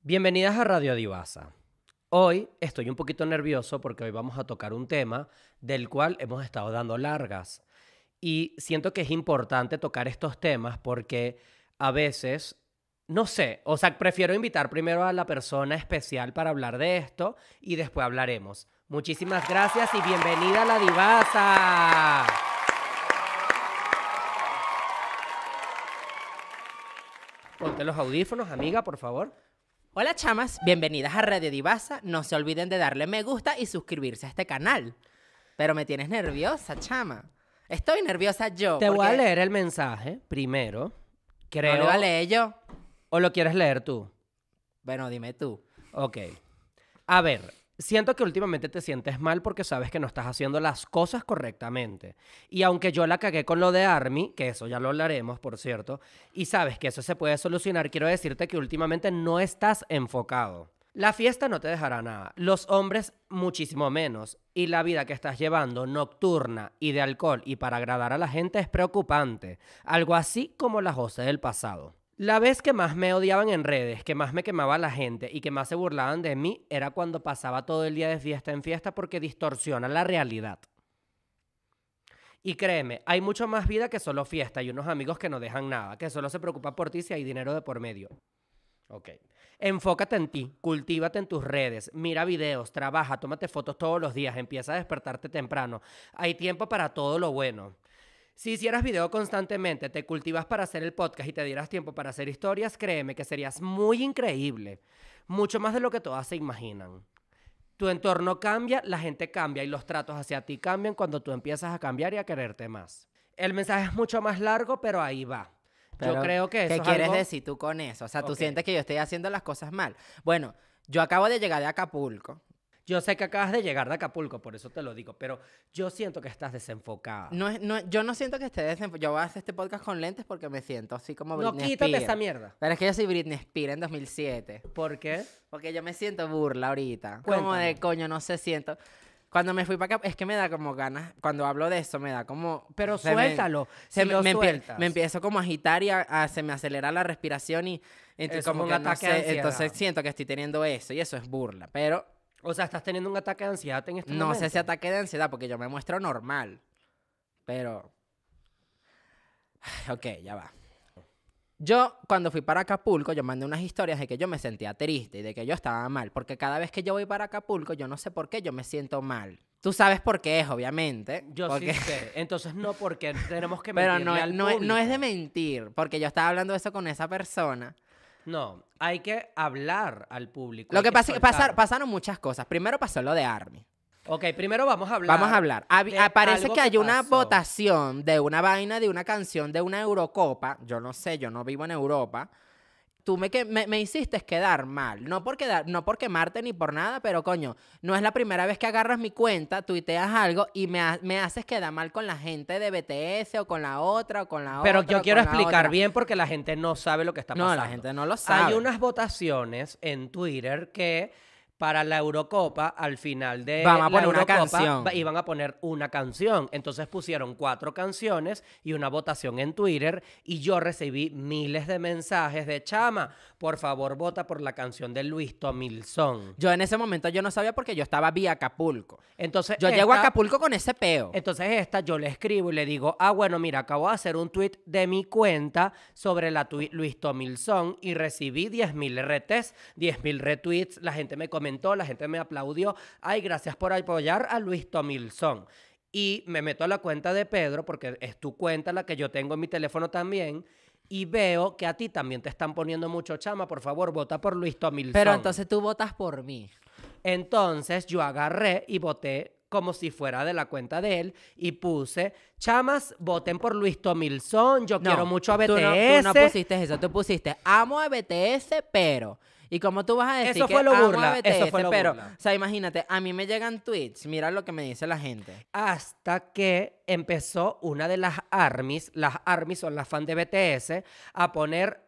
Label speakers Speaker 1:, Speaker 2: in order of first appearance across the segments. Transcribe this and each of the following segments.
Speaker 1: Bienvenidas a Radio Divasa. Hoy estoy un poquito nervioso porque hoy vamos a tocar un tema del cual hemos estado dando largas. Y siento que es importante tocar estos temas porque a veces, no sé, o sea, prefiero invitar primero a la persona especial para hablar de esto y después hablaremos. Muchísimas gracias y bienvenida a la Divasa. Ponte los audífonos, amiga, por favor.
Speaker 2: Hola chamas, bienvenidas a Radio Divasa. No se olviden de darle me gusta y suscribirse a este canal. Pero me tienes nerviosa, chama. Estoy nerviosa yo.
Speaker 1: Te voy a
Speaker 2: porque
Speaker 1: leer el mensaje primero. Creo.
Speaker 2: No lo iba a leer yo.
Speaker 1: ¿O lo quieres leer tú?
Speaker 2: Bueno, dime tú.
Speaker 1: Ok. A ver, siento que últimamente te sientes mal porque sabes que no estás haciendo las cosas correctamente. Y aunque yo la cagué con lo de Army, que eso ya lo hablaremos, por cierto, y sabes que eso se puede solucionar, quiero decirte que últimamente no estás enfocado. La fiesta no te dejará nada, los hombres muchísimo menos, y la vida que estás llevando nocturna y de alcohol y para agradar a la gente es preocupante, algo así como la José del pasado. La vez que más me odiaban en redes, que más me quemaba la gente y que más se burlaban de mí era cuando pasaba todo el día de fiesta en fiesta porque distorsiona la realidad. Y créeme, hay mucho más vida que solo fiesta y unos amigos que no dejan nada, que solo se preocupan por ti si hay dinero de por medio. Ok. Enfócate en ti, cultívate en tus redes, mira videos, trabaja, tómate fotos todos los días, empieza a despertarte temprano. Hay tiempo para todo lo bueno. Si hicieras video constantemente, te cultivas para hacer el podcast y te dieras tiempo para hacer historias, créeme que serías muy increíble. Mucho más de lo que todas se imaginan. Tu entorno cambia, la gente cambia y los tratos hacia ti cambian cuando tú empiezas a cambiar y a quererte más. El mensaje es mucho más largo, pero ahí va. Yo
Speaker 2: Pero,
Speaker 1: creo que eso
Speaker 2: ¿Qué
Speaker 1: es
Speaker 2: quieres
Speaker 1: algo-
Speaker 2: decir tú con eso? O sea, tú
Speaker 1: Ok.
Speaker 2: sientes que yo estoy haciendo las cosas mal. Bueno, yo acabo de llegar de Acapulco.
Speaker 1: Yo sé que acabas de llegar de Acapulco, por eso te lo digo, pero yo siento que estás desenfocada.
Speaker 2: No, es- no- yo no siento que esté desenfo- Yo voy a hacer este podcast con lentes porque me siento así como
Speaker 1: No,
Speaker 2: Britney
Speaker 1: quítate
Speaker 2: Spears.
Speaker 1: esa mierda.
Speaker 2: Pero es que yo soy Britney Spears en 2007.
Speaker 1: ¿Por qué?
Speaker 2: Porque yo me siento burla ahorita. Como
Speaker 1: Cuéntame.
Speaker 2: de coño, no sé, siento. Cuando me fui para acá, es que me da como ganas. Cuando hablo de eso, me da como.
Speaker 1: Pero
Speaker 2: se me-
Speaker 1: suéltalo.
Speaker 2: se
Speaker 1: si
Speaker 2: me,
Speaker 1: lo
Speaker 2: me empie-
Speaker 1: sueltas.
Speaker 2: me empiezo como a agitar y a- a- se me acelera la respiración y.
Speaker 1: Eso
Speaker 2: Entonces,
Speaker 1: es
Speaker 2: como
Speaker 1: un
Speaker 2: que no
Speaker 1: ataque de
Speaker 2: sé, entonces
Speaker 1: ansiedad.
Speaker 2: siento que estoy teniendo eso y eso es burla. Pero
Speaker 1: O sea, estás teniendo un ataque de ansiedad en este
Speaker 2: no
Speaker 1: momento.
Speaker 2: sé si ataque de ansiedad porque yo me muestro normal. Pero. Ok, ya va. Yo, cuando fui para Acapulco, yo mandé unas historias de que yo me sentía triste y de que yo estaba mal. Porque cada vez que yo voy para Acapulco, yo no sé por qué yo me siento mal. Tú sabes por qué es, obviamente.
Speaker 1: Yo
Speaker 2: porque-
Speaker 1: sí sé. Entonces no, porque tenemos que
Speaker 2: Pero
Speaker 1: mentirle
Speaker 2: no,
Speaker 1: al
Speaker 2: no, es- no es de
Speaker 1: público.
Speaker 2: mentir, porque yo estaba hablando eso con esa persona.
Speaker 1: No, hay que hablar al público.
Speaker 2: Lo
Speaker 1: hay
Speaker 2: que pasa es que
Speaker 1: soltar.
Speaker 2: pasar- pasaron muchas cosas. Primero pasó lo de Army.
Speaker 1: Ok, primero vamos a hablar.
Speaker 2: Vamos a hablar. Habi-
Speaker 1: de
Speaker 2: ah, parece
Speaker 1: algo
Speaker 2: que hay una
Speaker 1: pasó.
Speaker 2: votación de una vaina, de una canción, de una Eurocopa. Yo no sé, yo no vivo en Europa. Tú me, que, me, me hiciste quedar mal. No por, quedar, no por quemarte ni por nada, pero coño, no es la primera vez que agarras mi cuenta, tuiteas algo y me, ha- me haces quedar mal con la gente de BTS o con la otra o con la
Speaker 1: Pero
Speaker 2: otra.
Speaker 1: yo
Speaker 2: o
Speaker 1: quiero
Speaker 2: con la
Speaker 1: explicar
Speaker 2: otra.
Speaker 1: bien porque la gente no sabe lo que está
Speaker 2: No,
Speaker 1: pasando.
Speaker 2: la gente no lo sabe.
Speaker 1: Hay unas votaciones en Twitter que para la Eurocopa, al final de
Speaker 2: Van
Speaker 1: la
Speaker 2: a poner una
Speaker 1: Eurocopa,
Speaker 2: canción.
Speaker 1: va- iban a poner una canción. Entonces pusieron cuatro canciones y una votación en Twitter y yo recibí miles de mensajes de chama, por favor vota por la canción de Luis Tomilson.
Speaker 2: Yo en ese momento yo no sabía porque yo estaba vía Acapulco.
Speaker 1: Entonces
Speaker 2: Yo llego a
Speaker 1: esta-
Speaker 2: Acapulco con ese peo.
Speaker 1: Entonces esta yo le escribo y le digo, ah, bueno, mira, acabo de hacer un tweet de mi cuenta sobre la tui- Luis Tomilson y recibí 10.000 RTs, 10.000 retweets, la gente me comentó, la gente me aplaudió, ay, gracias por apoyar a Luis Tomilson. Y me meto a la cuenta de Pedro, porque es tu cuenta la que yo tengo en mi teléfono también, y veo que a ti también te están poniendo mucho chama, por favor, vota por Luis Tomilson.
Speaker 2: Pero entonces tú votas por mí.
Speaker 1: Entonces yo agarré y voté como si fuera de la cuenta de él y puse, chamas, voten por Luis Tomilson, yo
Speaker 2: No,
Speaker 1: quiero mucho a BTS.
Speaker 2: Tú no, tú no pusiste eso, tú pusiste amo a BTS, pero. ¿Y cómo tú vas a decir
Speaker 1: Eso
Speaker 2: que
Speaker 1: fue lo
Speaker 2: amo
Speaker 1: burla,
Speaker 2: a
Speaker 1: eso
Speaker 2: BTS,
Speaker 1: fue lo
Speaker 2: pero?
Speaker 1: burla.
Speaker 2: O sea, imagínate, a mí me llegan tweets, mira lo que me dice la gente.
Speaker 1: Hasta que empezó una de las ARMYs, las ARMYs son las fans de BTS, a poner,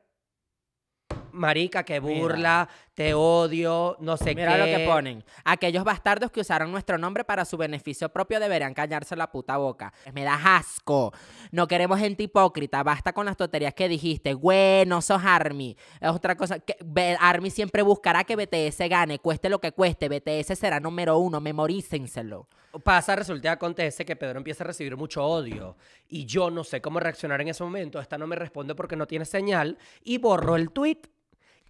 Speaker 1: marica, que
Speaker 2: Mira.
Speaker 1: burla, te odio, no sé
Speaker 2: Mira
Speaker 1: qué.
Speaker 2: lo que ponen. Aquellos bastardos que usaron nuestro nombre para su beneficio propio deberían callarse la puta boca. Me das asco. No queremos gente hipócrita. Basta con las tonterías que dijiste. Güey, no sos Army. Es otra cosa. Que, B- Army siempre buscará que BTS gane. Cueste lo que cueste. BTS será número uno. Memorícenselo.
Speaker 1: Pasa, resulta, acontece que Pedro empieza a recibir mucho odio y yo no sé cómo reaccionar en ese momento. Esta no me responde porque no tiene señal y borro el tweet.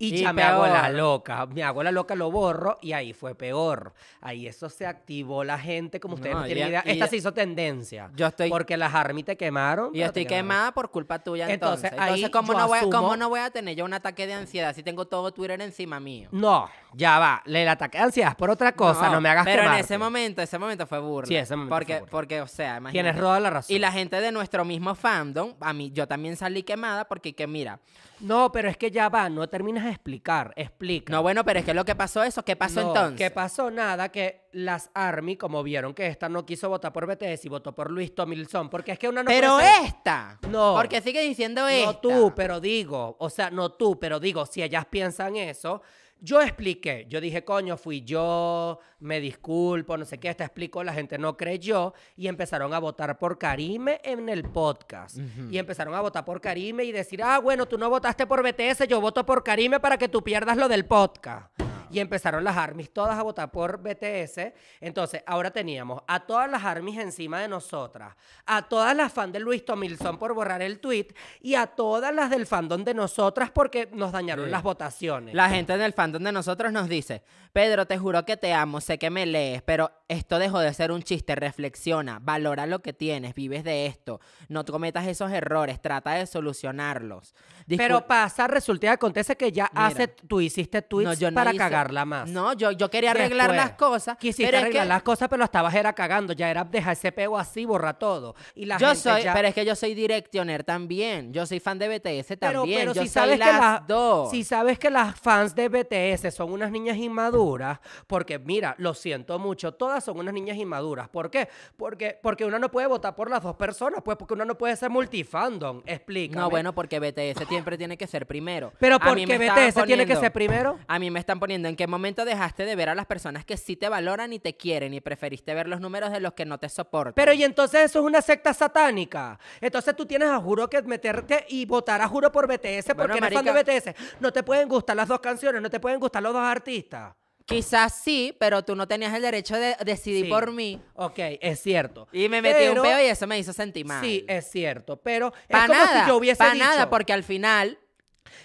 Speaker 1: Y,
Speaker 2: Y
Speaker 1: ya me hago la
Speaker 2: peor.
Speaker 1: loca, me hago la loca, lo borro y ahí fue peor. Ahí eso se activó la gente como ustedes no,
Speaker 2: No,
Speaker 1: tienen
Speaker 2: y-
Speaker 1: idea.
Speaker 2: y-
Speaker 1: Esta se hizo tendencia.
Speaker 2: Yo estoy-
Speaker 1: Porque las Army te quemaron.
Speaker 2: Y yo
Speaker 1: pero te
Speaker 2: estoy
Speaker 1: quemaron.
Speaker 2: quemada por culpa tuya
Speaker 1: Entonces,
Speaker 2: entonces. Entonces,
Speaker 1: ahí
Speaker 2: ¿cómo,
Speaker 1: yo
Speaker 2: no voy a,
Speaker 1: asumo-
Speaker 2: cómo no voy a tener yo un ataque de ansiedad si tengo todo Twitter encima mío?
Speaker 1: No, ya va. Le la ataque de ansiedad es por otra cosa, no, me hagas
Speaker 2: Pero en
Speaker 1: quemarte.
Speaker 2: ese momento, ese momento fue burla.
Speaker 1: Sí, ese momento
Speaker 2: porque,
Speaker 1: fue burla.
Speaker 2: Porque, o sea, imagínate.
Speaker 1: Tienes toda la razón.
Speaker 2: Y la gente de nuestro mismo fandom, a mí, yo también salí quemada porque que mira,
Speaker 1: No, pero es que ya va, no terminas de explicar. Explica.
Speaker 2: no bueno, pero es que lo que pasó eso, ¿qué pasó
Speaker 1: No,
Speaker 2: entonces?
Speaker 1: Que pasó nada, que las Army, como vieron que esta no quiso votar por BTS y votó por Luis Tomilson, porque es que una no
Speaker 2: pero
Speaker 1: puede ser-
Speaker 2: esta,
Speaker 1: No.
Speaker 2: porque sigue diciendo
Speaker 1: No
Speaker 2: esto.
Speaker 1: tú, pero digo, o sea, no tú, pero digo, si ellas piensan eso, yo expliqué, yo dije, coño, fui yo, me disculpo, no sé qué, esta explicó, la gente no creyó y empezaron a votar por Karime en el podcast. Y empezaron a votar por Karime y decir, ah, bueno, tú no votaste por BTS, yo voto por Karime para que tú pierdas lo del podcast. Y empezaron las armies todas a votar por BTS. Entonces, ahora teníamos a todas las armies encima de nosotras, a todas las fans de Luis Tomilson por borrar el tweet y a todas las del fandom de nosotras porque nos dañaron
Speaker 2: Sí.
Speaker 1: las votaciones.
Speaker 2: La gente en el fandom de nosotros nos dice, Pedro, te juro que te amo, sé que me lees, pero esto dejó de ser un chiste, reflexiona, valora lo que tienes, vives de esto, no cometas esos errores, trata de solucionarlos. Discul-
Speaker 1: Pero pasa, resulta y acontece que ya
Speaker 2: Mira.
Speaker 1: hace, tú hiciste tweets
Speaker 2: No, yo no
Speaker 1: para
Speaker 2: hice-
Speaker 1: cagarla más.
Speaker 2: No, yo, yo quería arreglar
Speaker 1: Después,
Speaker 2: las cosas.
Speaker 1: Quisiste
Speaker 2: pero es
Speaker 1: arreglar
Speaker 2: que
Speaker 1: las cosas, pero estabas era cagando. Ya era deja ese peo así, borra todo. Y la
Speaker 2: yo
Speaker 1: gente
Speaker 2: soy,
Speaker 1: ya-
Speaker 2: pero es que yo soy directioner también. Yo soy fan de BTS
Speaker 1: Pero-
Speaker 2: también.
Speaker 1: pero
Speaker 2: yo
Speaker 1: si
Speaker 2: soy
Speaker 1: sabes que
Speaker 2: las
Speaker 1: la-
Speaker 2: dos.
Speaker 1: Si sabes que las fans de BTS son unas niñas inmaduras, porque mira, lo siento mucho, todas son unas niñas inmaduras. ¿Por qué? Porque, porque uno no puede votar por las dos personas, pues porque uno no puede ser multifandom. Explícame.
Speaker 2: no, bueno, porque BTS siempre tiene que ser primero.
Speaker 1: Pero
Speaker 2: A
Speaker 1: ¿por
Speaker 2: mí
Speaker 1: qué
Speaker 2: me estaban
Speaker 1: BTS tiene que
Speaker 2: poniendo-
Speaker 1: ser primero?
Speaker 2: A mí me están poniendo en qué momento dejaste de ver a las personas que sí te valoran y te quieren y preferiste ver los números de los que no te soportan.
Speaker 1: Pero y entonces eso es una secta satánica. Entonces tú tienes a juro que meterte y votar a juro por BTS porque
Speaker 2: Bueno,
Speaker 1: eres fan de
Speaker 2: marica.
Speaker 1: BTS. No te pueden gustar las dos canciones, no te pueden gustar los dos artistas.
Speaker 2: Quizás sí, pero tú no tenías el derecho de decidir
Speaker 1: Sí.
Speaker 2: por mí.
Speaker 1: Ok, es cierto.
Speaker 2: Y me metí
Speaker 1: Pero-
Speaker 2: un peo y eso me hizo sentir mal.
Speaker 1: Sí, es cierto, pero es
Speaker 2: Para
Speaker 1: como
Speaker 2: nada,
Speaker 1: si yo hubiese
Speaker 2: eh, pa'
Speaker 1: dicho.
Speaker 2: nada, porque al final,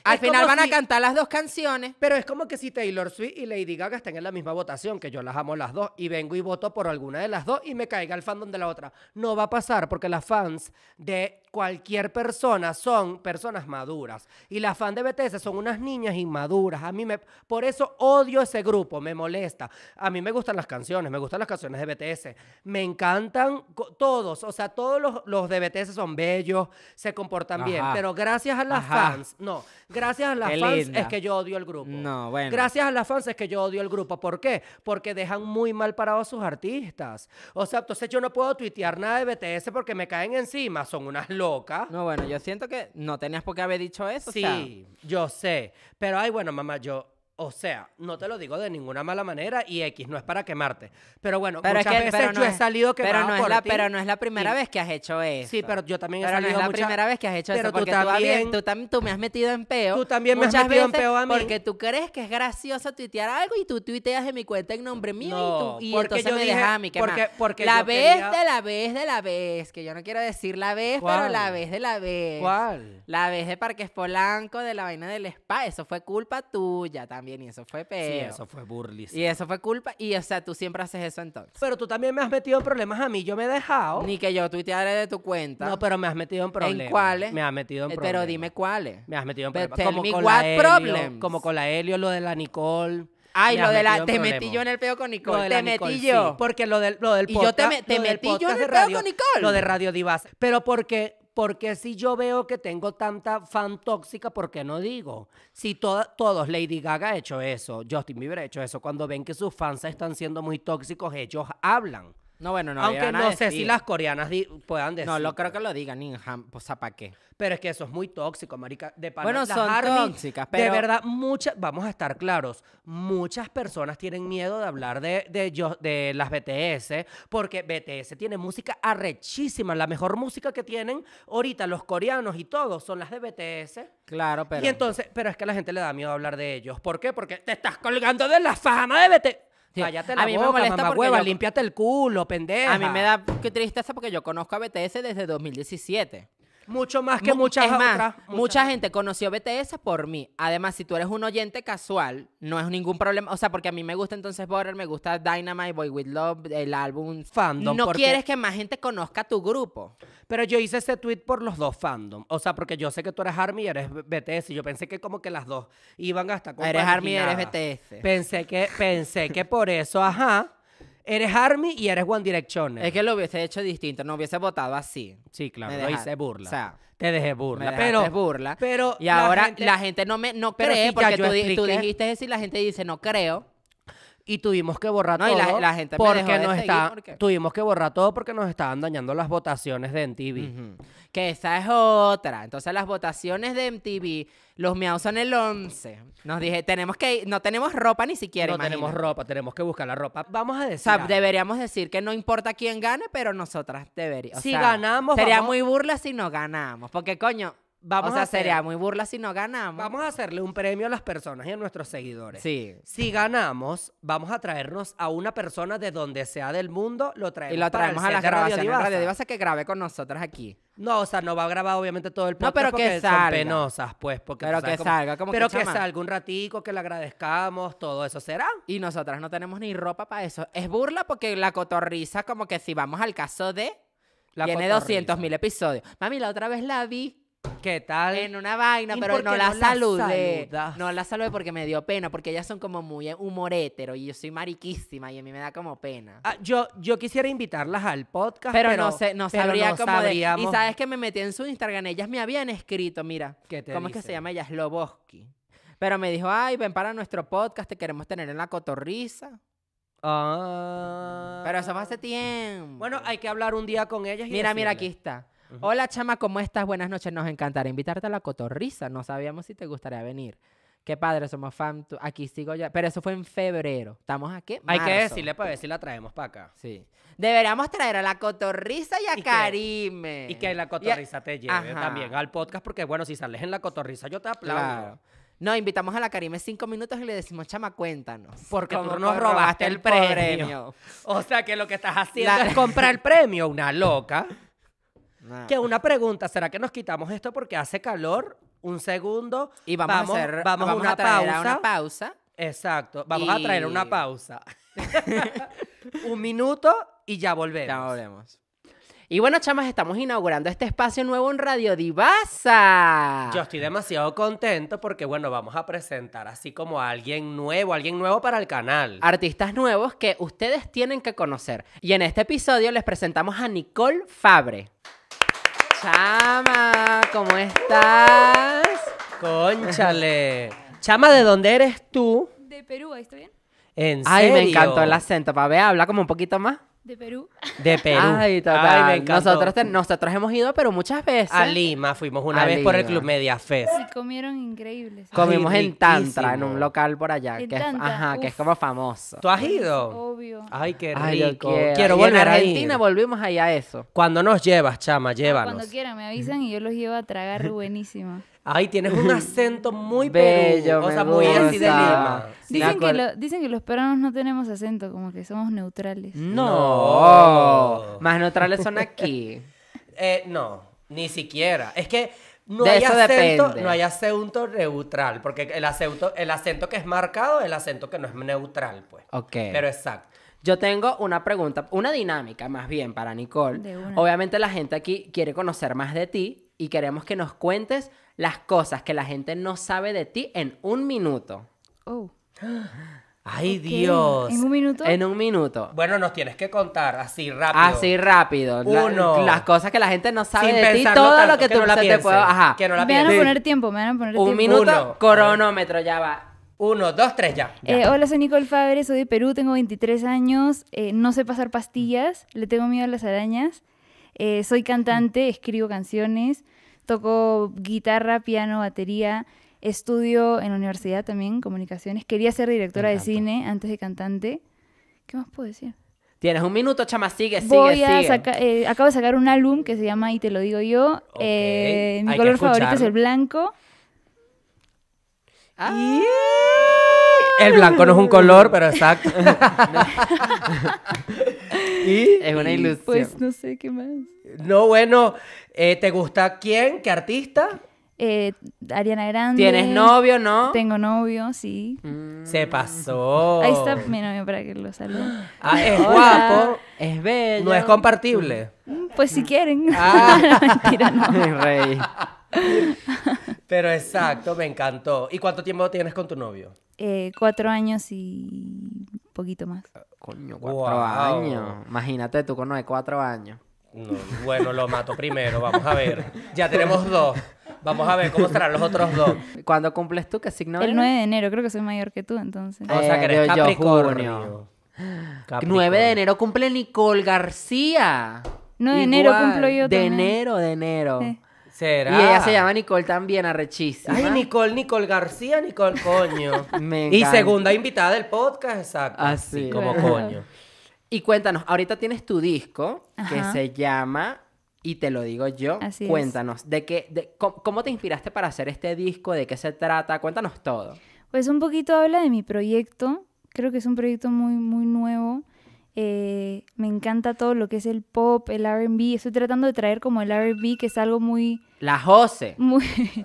Speaker 2: al
Speaker 1: Es
Speaker 2: final
Speaker 1: como
Speaker 2: van
Speaker 1: si-
Speaker 2: a cantar las dos canciones.
Speaker 1: Pero es como que si Taylor Swift y Lady Gaga estén en la misma votación, que yo las amo las dos, y vengo y voto por alguna de las dos y me caiga el fandom de la otra. No va a pasar porque las fans de cualquier persona son personas maduras. Y las fans de BTS son unas niñas inmaduras. A mí me... Por eso odio ese grupo, me molesta. A mí me gustan las canciones, me gustan las canciones de BTS. Me encantan co- todos, o sea, todos los, los de BTS son bellos, se comportan bien,
Speaker 2: Ajá.
Speaker 1: pero gracias a las
Speaker 2: Ajá.
Speaker 1: fans, no, gracias a las
Speaker 2: Qué
Speaker 1: fans es
Speaker 2: linda.
Speaker 1: que yo odio el grupo.
Speaker 2: No, bueno.
Speaker 1: Gracias a las fans es que yo odio el grupo. ¿Por qué? Porque dejan muy mal parados a sus artistas. O sea, entonces yo no puedo tuitear nada de BTS porque me caen encima. Son unas locas.
Speaker 2: No, bueno, yo siento que no tenías por qué haber dicho eso. o
Speaker 1: sí,
Speaker 2: sea,
Speaker 1: yo sé. Pero ay, bueno, mamá, yo. O sea, no te lo digo de ninguna mala manera y X, no es para quemarte. Pero bueno,
Speaker 2: pero es
Speaker 1: muchas
Speaker 2: que
Speaker 1: veces
Speaker 2: pero
Speaker 1: yo
Speaker 2: no
Speaker 1: he
Speaker 2: es-
Speaker 1: salido
Speaker 2: pero
Speaker 1: quemada
Speaker 2: no es
Speaker 1: por
Speaker 2: la,
Speaker 1: ti.
Speaker 2: Pero no es la primera
Speaker 1: y-
Speaker 2: vez que has hecho eso.
Speaker 1: Sí, pero yo también he
Speaker 2: Pero no
Speaker 1: salido
Speaker 2: es la
Speaker 1: mucha-
Speaker 2: primera vez que has hecho
Speaker 1: pero
Speaker 2: eso. Porque
Speaker 1: tú
Speaker 2: tú, habías-
Speaker 1: también...
Speaker 2: tú, tam- tú me has metido en peo.
Speaker 1: Tú también me has
Speaker 2: muchas
Speaker 1: metido en
Speaker 2: veces
Speaker 1: peo a mí.
Speaker 2: Porque tú crees que es gracioso tuitear algo y tú tuiteas en mi cuenta en nombre mío
Speaker 1: No,
Speaker 2: y, tú, y
Speaker 1: porque
Speaker 2: entonces
Speaker 1: yo
Speaker 2: me
Speaker 1: dije-
Speaker 2: dejas a mí. ¿qué
Speaker 1: porque-
Speaker 2: más?
Speaker 1: porque
Speaker 2: la
Speaker 1: yo
Speaker 2: vez
Speaker 1: quería-
Speaker 2: de la vez de la vez, que yo no quiero decir la vez,
Speaker 1: ¿Cuál?
Speaker 2: pero la vez de la vez.
Speaker 1: ¿Cuál?
Speaker 2: La vez de Parques Polanco, de la vaina del spa, eso fue culpa tuya también y eso fue peo.
Speaker 1: Sí, eso fue burlis.
Speaker 2: Y eso fue culpa. Y, o sea, tú siempre haces eso entonces.
Speaker 1: Pero tú también me has metido en problemas a mí. Yo me he dejado.
Speaker 2: Ni que yo tuiteara de tu cuenta.
Speaker 1: Oh. No, pero me has metido en problemas.
Speaker 2: ¿En cuáles?
Speaker 1: Me has metido en
Speaker 2: Eh,
Speaker 1: problemas.
Speaker 2: Pero dime cuáles.
Speaker 1: Me has metido en
Speaker 2: Pero
Speaker 1: problemas.
Speaker 2: tell
Speaker 1: Como
Speaker 2: me
Speaker 1: con,
Speaker 2: what
Speaker 1: la Helio,
Speaker 2: problems.
Speaker 1: como con la Helio, lo de la Nicole.
Speaker 2: Ay,
Speaker 1: Me
Speaker 2: lo
Speaker 1: has
Speaker 2: de la...
Speaker 1: metido
Speaker 2: Te
Speaker 1: en
Speaker 2: metí
Speaker 1: problemas.
Speaker 2: yo en el peo con
Speaker 1: Lo
Speaker 2: Nicole.
Speaker 1: de
Speaker 2: Te
Speaker 1: la
Speaker 2: metí
Speaker 1: Nicole,
Speaker 2: yo.
Speaker 1: sí, porque lo del, lo del
Speaker 2: Y yo te
Speaker 1: podcast-
Speaker 2: me- te
Speaker 1: lo del
Speaker 2: metí yo en
Speaker 1: podcast
Speaker 2: el
Speaker 1: de
Speaker 2: peo
Speaker 1: radio-
Speaker 2: con Nicole.
Speaker 1: Lo de Radio Divas. Pero porque, porque si yo veo que tengo tanta fan tóxica, ¿por qué no digo? Si toda- todos, Lady Gaga ha hecho eso, Justin Bieber ha hecho eso, cuando ven que sus fans están siendo muy tóxicos, ellos hablan.
Speaker 2: No, bueno, no.
Speaker 1: Aunque
Speaker 2: irán a
Speaker 1: no sé si
Speaker 2: decir.
Speaker 1: las coreanas di- puedan decir.
Speaker 2: No, lo creo que lo digan, Inham, o sea, ¿para qué?
Speaker 1: Pero es que eso es muy tóxico, marica. De pana,
Speaker 2: Bueno,
Speaker 1: las
Speaker 2: son
Speaker 1: ARMY,
Speaker 2: tóxicas,
Speaker 1: De
Speaker 2: pero-
Speaker 1: verdad, muchas, vamos a estar claros, muchas personas tienen miedo de hablar de, de, yo- de las BTS, porque BTS tiene música arrechísima. La mejor música que tienen ahorita los coreanos y todos son las de BTS.
Speaker 2: Claro, pero.
Speaker 1: Y entonces, pero es que a la gente le da miedo hablar de ellos. ¿Por qué? Porque te estás colgando de la fama de BTS.
Speaker 2: Sí,
Speaker 1: Cállate
Speaker 2: a
Speaker 1: la
Speaker 2: mí me
Speaker 1: boca,
Speaker 2: molesta
Speaker 1: mamá
Speaker 2: porque
Speaker 1: hueva,
Speaker 2: yo-
Speaker 1: límpiate el culo, pendeja.
Speaker 2: a mí me da qué tristeza porque yo conozco a BTS desde 2017.
Speaker 1: mucho más que
Speaker 2: Mu-
Speaker 1: muchas
Speaker 2: es más,
Speaker 1: otras.
Speaker 2: mucha, gente conoció BTS por mí. Además, si tú eres un oyente casual, no es ningún problema. O sea, porque a mí me gusta entonces Border, me gusta Dynamite, Boy With Love, el álbum.
Speaker 1: Fandom,
Speaker 2: No
Speaker 1: porque-
Speaker 2: quieres que más gente conozca tu grupo.
Speaker 1: Pero yo hice ese tweet por los dos fandom. O sea, porque yo sé que tú eres Army y eres BTS. Y yo pensé que como que las dos iban hasta con
Speaker 2: Ah, Eres ARMY y eres BTS.
Speaker 1: Pensé que, pensé que por eso, ajá. Eres Army y eres One Direction.
Speaker 2: Es que lo hubiese hecho distinto, no hubiese votado así.
Speaker 1: sí, claro,
Speaker 2: me
Speaker 1: lo
Speaker 2: deja-
Speaker 1: hice burla.
Speaker 2: o sea,
Speaker 1: te dejé burla.
Speaker 2: Me
Speaker 1: pero,
Speaker 2: dejaste burla.
Speaker 1: pero
Speaker 2: y ahora la gente,
Speaker 1: gente-
Speaker 2: no me no
Speaker 1: Pero
Speaker 2: cree
Speaker 1: sí, ya
Speaker 2: porque
Speaker 1: yo
Speaker 2: tú, di- tú
Speaker 1: expliqué.
Speaker 2: dijiste eso y la gente dice no creo.
Speaker 1: Y tuvimos que borrar
Speaker 2: No,
Speaker 1: todo.
Speaker 2: y la- la gente me
Speaker 1: porque
Speaker 2: dejó de
Speaker 1: nos
Speaker 2: seguir
Speaker 1: está-
Speaker 2: porque-
Speaker 1: Tuvimos que borrar todo porque nos estaban dañando las votaciones de MTV.
Speaker 2: Ujú. Que esa es otra. Entonces las votaciones de MTV, los miau son el 11. Nos dije, tenemos que ir- no tenemos ropa ni siquiera.
Speaker 1: no tenemos
Speaker 2: imagínate.
Speaker 1: ropa, tenemos que buscar la ropa. Vamos a decir.
Speaker 2: O sea,
Speaker 1: algo.
Speaker 2: deberíamos decir que no importa quién gane, pero nosotras deberíamos.
Speaker 1: Si ganamos,
Speaker 2: Sería
Speaker 1: vamos-
Speaker 2: muy burla si no ganamos. Porque, coño,
Speaker 1: Vamos
Speaker 2: o sea,
Speaker 1: a hacer-
Speaker 2: sería muy burla si no ganamos.
Speaker 1: Vamos a hacerle un premio a las personas y a nuestros seguidores.
Speaker 2: Sí.
Speaker 1: Si ganamos, vamos a traernos a una persona de donde sea del mundo, lo traemos,
Speaker 2: Y lo
Speaker 1: para el
Speaker 2: traemos a
Speaker 1: set
Speaker 2: las
Speaker 1: de Radio
Speaker 2: grabaciones de
Speaker 1: Divasa.
Speaker 2: Radio Divasa que grabe con nosotras aquí.
Speaker 1: No, o sea, no va a grabar obviamente todo el
Speaker 2: No,
Speaker 1: podcast
Speaker 2: pero que
Speaker 1: porque son
Speaker 2: salga.
Speaker 1: penosas, pues. Porque tú
Speaker 2: Pero
Speaker 1: sabes
Speaker 2: que
Speaker 1: cómo-
Speaker 2: salga, como que,
Speaker 1: Pero que,
Speaker 2: "Chama".
Speaker 1: salga un ratico, que le agradezcamos, todo eso. ¿Será?
Speaker 2: Y nosotras no tenemos ni ropa para eso. Es burla porque la cotorriza, como que si vamos al caso de.
Speaker 1: La
Speaker 2: tiene
Speaker 1: cotorriza.
Speaker 2: 200 mil episodios. Mami, la otra vez la vi
Speaker 1: ¿Qué tal?
Speaker 2: en una vaina,
Speaker 1: ¿Y
Speaker 2: pero
Speaker 1: por
Speaker 2: no
Speaker 1: qué
Speaker 2: la
Speaker 1: no la
Speaker 2: saludé.
Speaker 1: saludas?
Speaker 2: no la saludé porque me dio pena, porque ellas son como muy humor hétero y yo soy mariquísima y a mí me da como pena.
Speaker 1: Ah, yo, yo quisiera invitarlas al podcast,
Speaker 2: pero,
Speaker 1: Ah, pero,
Speaker 2: no sé, no
Speaker 1: pero
Speaker 2: sabría
Speaker 1: no
Speaker 2: cómo
Speaker 1: sabríamos.
Speaker 2: Y sabes que me metí en su Instagram, ellas me habían escrito, mira,
Speaker 1: ¿Qué te
Speaker 2: ¿cómo es que se
Speaker 1: dicen?
Speaker 2: llama ella? Sloboski. Pero me dijo, ay, ven para nuestro podcast, te queremos tener en la cotorriza.
Speaker 1: Ah.
Speaker 2: Pero eso fue hace tiempo.
Speaker 1: Bueno, hay que hablar un día con ellas. y
Speaker 2: Mira, mira, aquí
Speaker 1: decirles.
Speaker 2: está.
Speaker 1: Ujú.
Speaker 2: Hola, chama, ¿cómo estás? Buenas noches. Nos encantará invitarte a la cotorriza. No sabíamos si te gustaría venir. Qué padre, somos fan. tu- Aquí sigo ya. Pero eso fue en febrero. ¿Estamos aquí?
Speaker 1: Hay que
Speaker 2: Marzo.
Speaker 1: decirle para ver si la traemos para acá.
Speaker 2: Sí. Deberíamos traer a la cotorriza y a
Speaker 1: Y que-
Speaker 2: Karime.
Speaker 1: Y que la
Speaker 2: Eh, a-
Speaker 1: cotorriza te lleve
Speaker 2: Ajá.
Speaker 1: también al podcast, porque bueno, si sales en la cotorriza, yo te aplaudo.
Speaker 2: Claro. No, invitamos a la Karime cinco minutos y le decimos, chama, cuéntanos.
Speaker 1: Porque
Speaker 2: ¿Cómo
Speaker 1: tú nos
Speaker 2: co-
Speaker 1: robaste el premio. O sea que lo que estás haciendo
Speaker 2: La-
Speaker 1: es comprar el premio, una loca.
Speaker 2: Nah.
Speaker 1: Que una pregunta, ¿será que nos quitamos esto porque hace calor? Un segundo.
Speaker 2: Y vamos, a hacer,
Speaker 1: vamos, a una
Speaker 2: traer
Speaker 1: pausa.
Speaker 2: a una pausa.
Speaker 1: Exacto. Vamos a traer
Speaker 2: Y-
Speaker 1: una pausa. Un minuto y ya volvemos.
Speaker 2: Ya volvemos. Y bueno, chamas, estamos inaugurando este espacio nuevo en Radio Divasa.
Speaker 1: Yo estoy demasiado contento porque, bueno, vamos a presentar así como a alguien nuevo, alguien nuevo para el canal.
Speaker 2: Artistas nuevos que ustedes tienen que conocer. Y en este episodio les presentamos a Nicole Fabre. Chama, ¿cómo estás?
Speaker 1: ¡Cónchale! Chama, ¿de dónde eres tú?
Speaker 3: De Perú, ¿ahí está bien?
Speaker 1: En
Speaker 2: Ay, me
Speaker 1: serio?
Speaker 2: encantó el acento. Pabe, habla como un poquito más.
Speaker 3: De Perú.
Speaker 1: De Perú.
Speaker 2: Ay,
Speaker 1: Ay,
Speaker 2: total.
Speaker 1: me encantó.
Speaker 2: nosotros, te- nosotros hemos ido, pero muchas veces.
Speaker 1: A Lima fuimos una
Speaker 2: A
Speaker 1: vez por el
Speaker 2: Lima.
Speaker 1: Club Media Fest.
Speaker 3: Y comieron increíbles.
Speaker 1: Co-
Speaker 2: Comimos
Speaker 1: Ay,
Speaker 2: en Tantra, en
Speaker 1: riquísimo.
Speaker 2: un local por allá,
Speaker 3: En
Speaker 2: que es,
Speaker 3: Tantra,
Speaker 2: ajá, que es
Speaker 3: uf.
Speaker 2: como famoso.
Speaker 1: ¿Tú has ido?
Speaker 3: Obvio.
Speaker 2: Ah,
Speaker 1: Ay, qué rico.
Speaker 2: Ay, yo
Speaker 1: quiero
Speaker 2: Y
Speaker 1: volver
Speaker 2: en
Speaker 1: a ir.
Speaker 2: Argentina volvimos ahí a eso.
Speaker 1: ¿Cuándo nos llevas, Chama?
Speaker 3: Cuando
Speaker 1: Llévanos.
Speaker 3: quieran me avisan y yo los llevo a tragar buenísimo.
Speaker 1: Ay, tienes un acento muy
Speaker 2: Mm. Bello,
Speaker 1: Perú. O
Speaker 2: me
Speaker 1: sea, muy así de
Speaker 2: gusta.
Speaker 1: Lima.
Speaker 2: Sí, me
Speaker 3: Dicen que,
Speaker 2: acuerdo.
Speaker 3: lo- dicen que los peruanos no tenemos acento, como que somos neutrales.
Speaker 2: Mm. No, más neutrales son aquí.
Speaker 1: Eh, no, ni siquiera. Es que no
Speaker 2: De
Speaker 1: hay
Speaker 2: eso
Speaker 1: acento,
Speaker 2: depende.
Speaker 1: no hay acento neutral, porque el acento, el acento que es marcado, el acento que no es neutral, pues.
Speaker 2: Ok.
Speaker 1: Pero exacto.
Speaker 2: Yo tengo una pregunta, una dinámica más bien para Nicole.
Speaker 3: De una.
Speaker 2: Obviamente la gente aquí quiere conocer más de ti y queremos que nos cuentes las cosas que la gente no sabe de ti en un minuto.
Speaker 3: Oh,
Speaker 1: Ay,
Speaker 3: ok.
Speaker 1: Dios.
Speaker 3: ¿En un minuto?
Speaker 2: En un minuto.
Speaker 1: Bueno, nos tienes que contar así rápido.
Speaker 2: Así rápido. La-
Speaker 1: Uno.
Speaker 2: las cosas que la gente no sabe
Speaker 1: Sin
Speaker 2: de ti,
Speaker 1: pensarlo
Speaker 2: todo
Speaker 1: tanto,
Speaker 2: lo que,
Speaker 1: que
Speaker 2: tú
Speaker 1: no la
Speaker 2: se te
Speaker 1: pienses,
Speaker 2: puedo- Ajá.
Speaker 1: que no la
Speaker 3: me van a
Speaker 1: pienses.
Speaker 3: poner tiempo, me van a poner
Speaker 2: Un
Speaker 3: tiempo.
Speaker 2: minuto,
Speaker 1: Uno.
Speaker 2: cronómetro, ya va.
Speaker 1: Uno, dos, tres, ya. ya.
Speaker 3: Eh, hola, soy Nicole Fabre, soy de Perú, tengo 23 años, eh, no sé pasar pastillas,
Speaker 1: Mm.
Speaker 3: le tengo miedo a las arañas, eh, soy cantante, escribo canciones, toco guitarra, piano, batería, estudio en la universidad también, comunicaciones, quería ser directora de
Speaker 1: encanta.
Speaker 3: cine antes de cantante. ¿Qué más puedo decir?
Speaker 1: Tienes un minuto, chama, sigue, Eh, sigue,
Speaker 3: Voy a
Speaker 1: sigue.
Speaker 3: saca- eh, acabo de sacar un álbum que se llama Y te lo digo yo.
Speaker 1: Ok,
Speaker 3: eh, mi
Speaker 1: hay que
Speaker 3: color favorito es
Speaker 1: escucharlo.
Speaker 3: el blanco.
Speaker 1: Ah. El blanco no
Speaker 3: Ah.
Speaker 1: es un color, pero exacto. y
Speaker 2: Es una
Speaker 3: Y,
Speaker 2: ilusión.
Speaker 3: Pues no sé qué más.
Speaker 1: no, bueno, eh, ¿te gusta quién? ¿Qué artista?
Speaker 3: Eh, Ariana Grande.
Speaker 2: ¿Tienes novio, no?
Speaker 3: Tengo novio, sí.
Speaker 1: Se pasó.
Speaker 3: Ahí está
Speaker 2: Oh.
Speaker 3: mi novio para que lo salude.
Speaker 1: Ah, es
Speaker 3: Hola.
Speaker 1: guapo.
Speaker 2: Es bello.
Speaker 1: No es compartible.
Speaker 3: Mm, Pues si quieren.
Speaker 1: Ah.
Speaker 3: Mentira, no.
Speaker 2: Rey.
Speaker 1: Pero exacto, me encantó. ¿Y cuánto tiempo tienes con tu novio?
Speaker 3: Eh, cuatro años y poquito más.
Speaker 2: Coño, cuatro
Speaker 1: Guau.
Speaker 2: años. Imagínate tú con nueve, cuatro años.
Speaker 1: No, bueno, lo mato primero, vamos a ver. Ya tenemos dos. Vamos a ver cómo serán los otros dos.
Speaker 2: ¿Cuándo cumples tú? ¿Qué signo
Speaker 3: El
Speaker 2: eres?
Speaker 3: 9 de enero, creo que soy mayor que tú, entonces.
Speaker 1: O sea, que eres
Speaker 2: Eh, yo- yo
Speaker 1: Capricornio.
Speaker 2: junio.
Speaker 1: Ah, pues,
Speaker 2: 9 de enero cumple Nicole García.
Speaker 3: 9 de enero
Speaker 2: Igual,
Speaker 3: cumplo yo
Speaker 2: De
Speaker 3: también.
Speaker 2: enero, de enero.
Speaker 3: Sí.
Speaker 1: ¿Será?
Speaker 2: Y ella se llama Nicole también, arrechísima.
Speaker 1: Ah. Ay, Nicole, Nicole García, Nicole Coño.
Speaker 2: Me
Speaker 1: y
Speaker 2: encanta. Ah,
Speaker 1: segunda invitada del podcast, exacto.
Speaker 2: Así.
Speaker 1: Sí, como
Speaker 3: Claro.
Speaker 1: coño.
Speaker 2: Y cuéntanos, ahorita tienes tu disco que
Speaker 3: Ajá.
Speaker 2: se llama Y te lo digo yo.
Speaker 3: Así es.
Speaker 2: cuéntanos, de qué, de, cómo, cómo te inspiraste para hacer este disco? ¿De qué se trata? Cuéntanos todo.
Speaker 3: Pues un poquito habla de mi proyecto. Creo que es un proyecto muy, muy nuevo. Eh, me encanta todo lo que es el pop, el RB. Estoy tratando de traer como el RB, que es algo muy,
Speaker 2: La Jose.
Speaker 3: muy,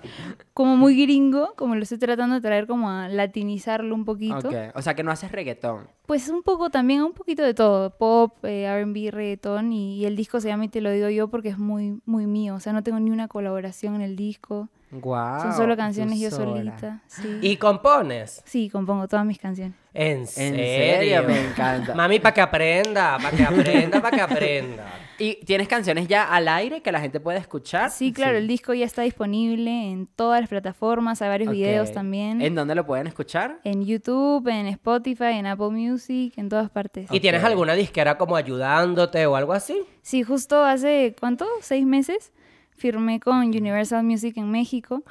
Speaker 3: como muy gringo, como lo estoy tratando de traer como a latinizarlo un poquito.
Speaker 2: Ok, O sea que no haces reggaetón.
Speaker 3: Pues un poco también, un poquito de todo, pop, eh, R&B, reggaetón y, y el disco se llama y te lo digo yo porque es muy, muy mío, o sea, no tengo ni una colaboración en el disco,
Speaker 2: Wow.
Speaker 3: son solo canciones yo solita, sí.
Speaker 1: ¿Y compones?
Speaker 3: Sí, compongo todas mis canciones.
Speaker 1: ¿En
Speaker 2: En
Speaker 1: serio?
Speaker 2: serio, me encanta.
Speaker 1: Mami, para que aprenda, para que aprenda, para que aprenda.
Speaker 2: ¿Y tienes canciones ya al aire que la gente puede escuchar?
Speaker 3: Sí, claro, el disco ya está disponible en todas las plataformas, hay varios
Speaker 2: Ok.
Speaker 3: videos también,
Speaker 2: ¿En
Speaker 3: en...
Speaker 2: dónde lo pueden escuchar?
Speaker 3: YouTube, en Spotify, en Apple Music, en todas partes.
Speaker 1: ¿Y tienes
Speaker 2: Ok.
Speaker 1: alguna disquera como ayudándote o algo así?
Speaker 3: Sí, justo hace, ¿cuánto? ¿Seis meses? Firmé con Universal Music en México.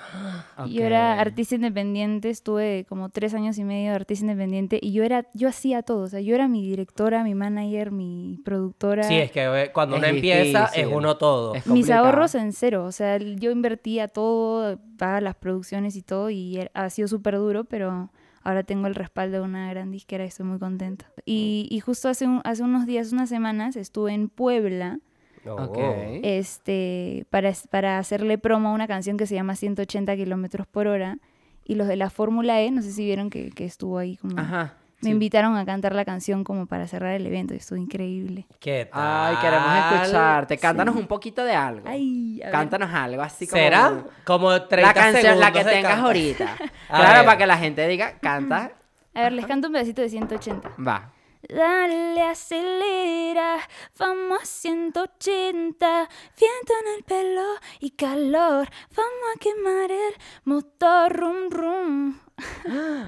Speaker 3: Y yo era
Speaker 2: Ok.
Speaker 3: artista independiente, estuve como tres años y medio de artista independiente y yo era, yo hacía todo, o sea, yo era mi directora, mi manager, mi productora.
Speaker 1: Sí, es que eh, cuando
Speaker 2: Es
Speaker 1: uno empieza es
Speaker 2: difícil.
Speaker 1: uno todo.
Speaker 2: Es
Speaker 3: mis
Speaker 2: complicado.
Speaker 3: ahorros en cero, o sea, el- yo invertía todo, pagaba las producciones y todo y er- ha sido súper duro, pero ahora tengo el respaldo de una gran disquera y estoy muy contenta. Y, y justo hace, un- hace unos días, unas semanas, estuve en Puebla
Speaker 1: Oh.
Speaker 2: Ok.
Speaker 3: este, para, para hacerle promo a una canción que se llama 180 kilómetros por hora. Y los de la Fórmula E, no sé si vieron que, que estuvo ahí como...
Speaker 2: Ajá.
Speaker 3: Me invitaron a cantar la canción como para cerrar el evento y estuvo increíble.
Speaker 1: ¿Qué tal?
Speaker 2: Ay, queremos escucharte. Cántanos un poquito de algo.
Speaker 3: Ay, a ver.
Speaker 2: Cántanos algo así como.
Speaker 1: ¿Será? Como 30
Speaker 2: La canción, la
Speaker 1: segundos
Speaker 2: que
Speaker 1: de
Speaker 2: tengas
Speaker 1: canto.
Speaker 2: ahorita.
Speaker 1: A
Speaker 2: claro,
Speaker 1: ver.
Speaker 2: para que la gente diga, canta,
Speaker 3: A ver, les canto un pedacito de 180.
Speaker 2: va.
Speaker 3: Dale, acelera, vamos a 180, viento en el pelo y calor, vamos a quemar el motor, rum, rum.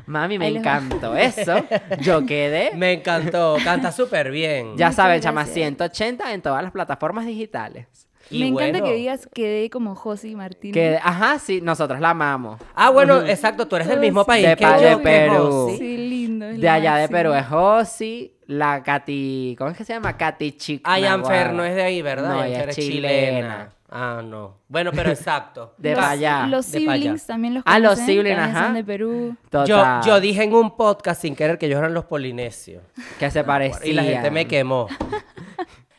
Speaker 2: Mami, me
Speaker 3: Ahí les va.
Speaker 2: encantó eso. Yo quedé.
Speaker 1: Me encantó, canta súper bien.
Speaker 2: Ya
Speaker 3: Muchas
Speaker 2: saben, chama
Speaker 3: gracias.
Speaker 2: 180 en todas las plataformas digitales.
Speaker 1: Y
Speaker 3: Me encanta
Speaker 1: bueno.
Speaker 3: que digas quedé como José Martínez.
Speaker 2: Que, ajá, sí, nosotros la amamos.
Speaker 1: Ah, bueno, exacto, tú eres del mismo
Speaker 3: Sí.
Speaker 1: país
Speaker 2: De
Speaker 1: que
Speaker 2: pa-
Speaker 1: yo,
Speaker 2: de
Speaker 1: que
Speaker 2: Perú.
Speaker 1: José.
Speaker 3: Sí, lindo. es
Speaker 2: De
Speaker 3: lo
Speaker 2: allá de
Speaker 3: máximo.
Speaker 2: Perú es Josi, la Katy. ¿Cómo es que se llama? Katy Chico.
Speaker 1: Ay, Anfer Ah, no es de ahí, ¿verdad?
Speaker 2: No,
Speaker 1: Anfer
Speaker 2: ella es
Speaker 1: es
Speaker 2: chilena.
Speaker 1: chilena. Ah, no. Bueno, pero exacto.
Speaker 2: De
Speaker 3: Los-
Speaker 2: pa' allá,
Speaker 3: Los
Speaker 1: de pa' allá.
Speaker 3: siblings también los
Speaker 2: Ah, los
Speaker 3: conocen,
Speaker 2: siblings,
Speaker 3: también
Speaker 2: ajá.
Speaker 3: son de Perú.
Speaker 1: yo,
Speaker 2: Total.
Speaker 1: yo dije en un podcast sin querer que ellos eran los polinesios.
Speaker 2: Que se parecía.
Speaker 1: Ah, Y la gente me quemó.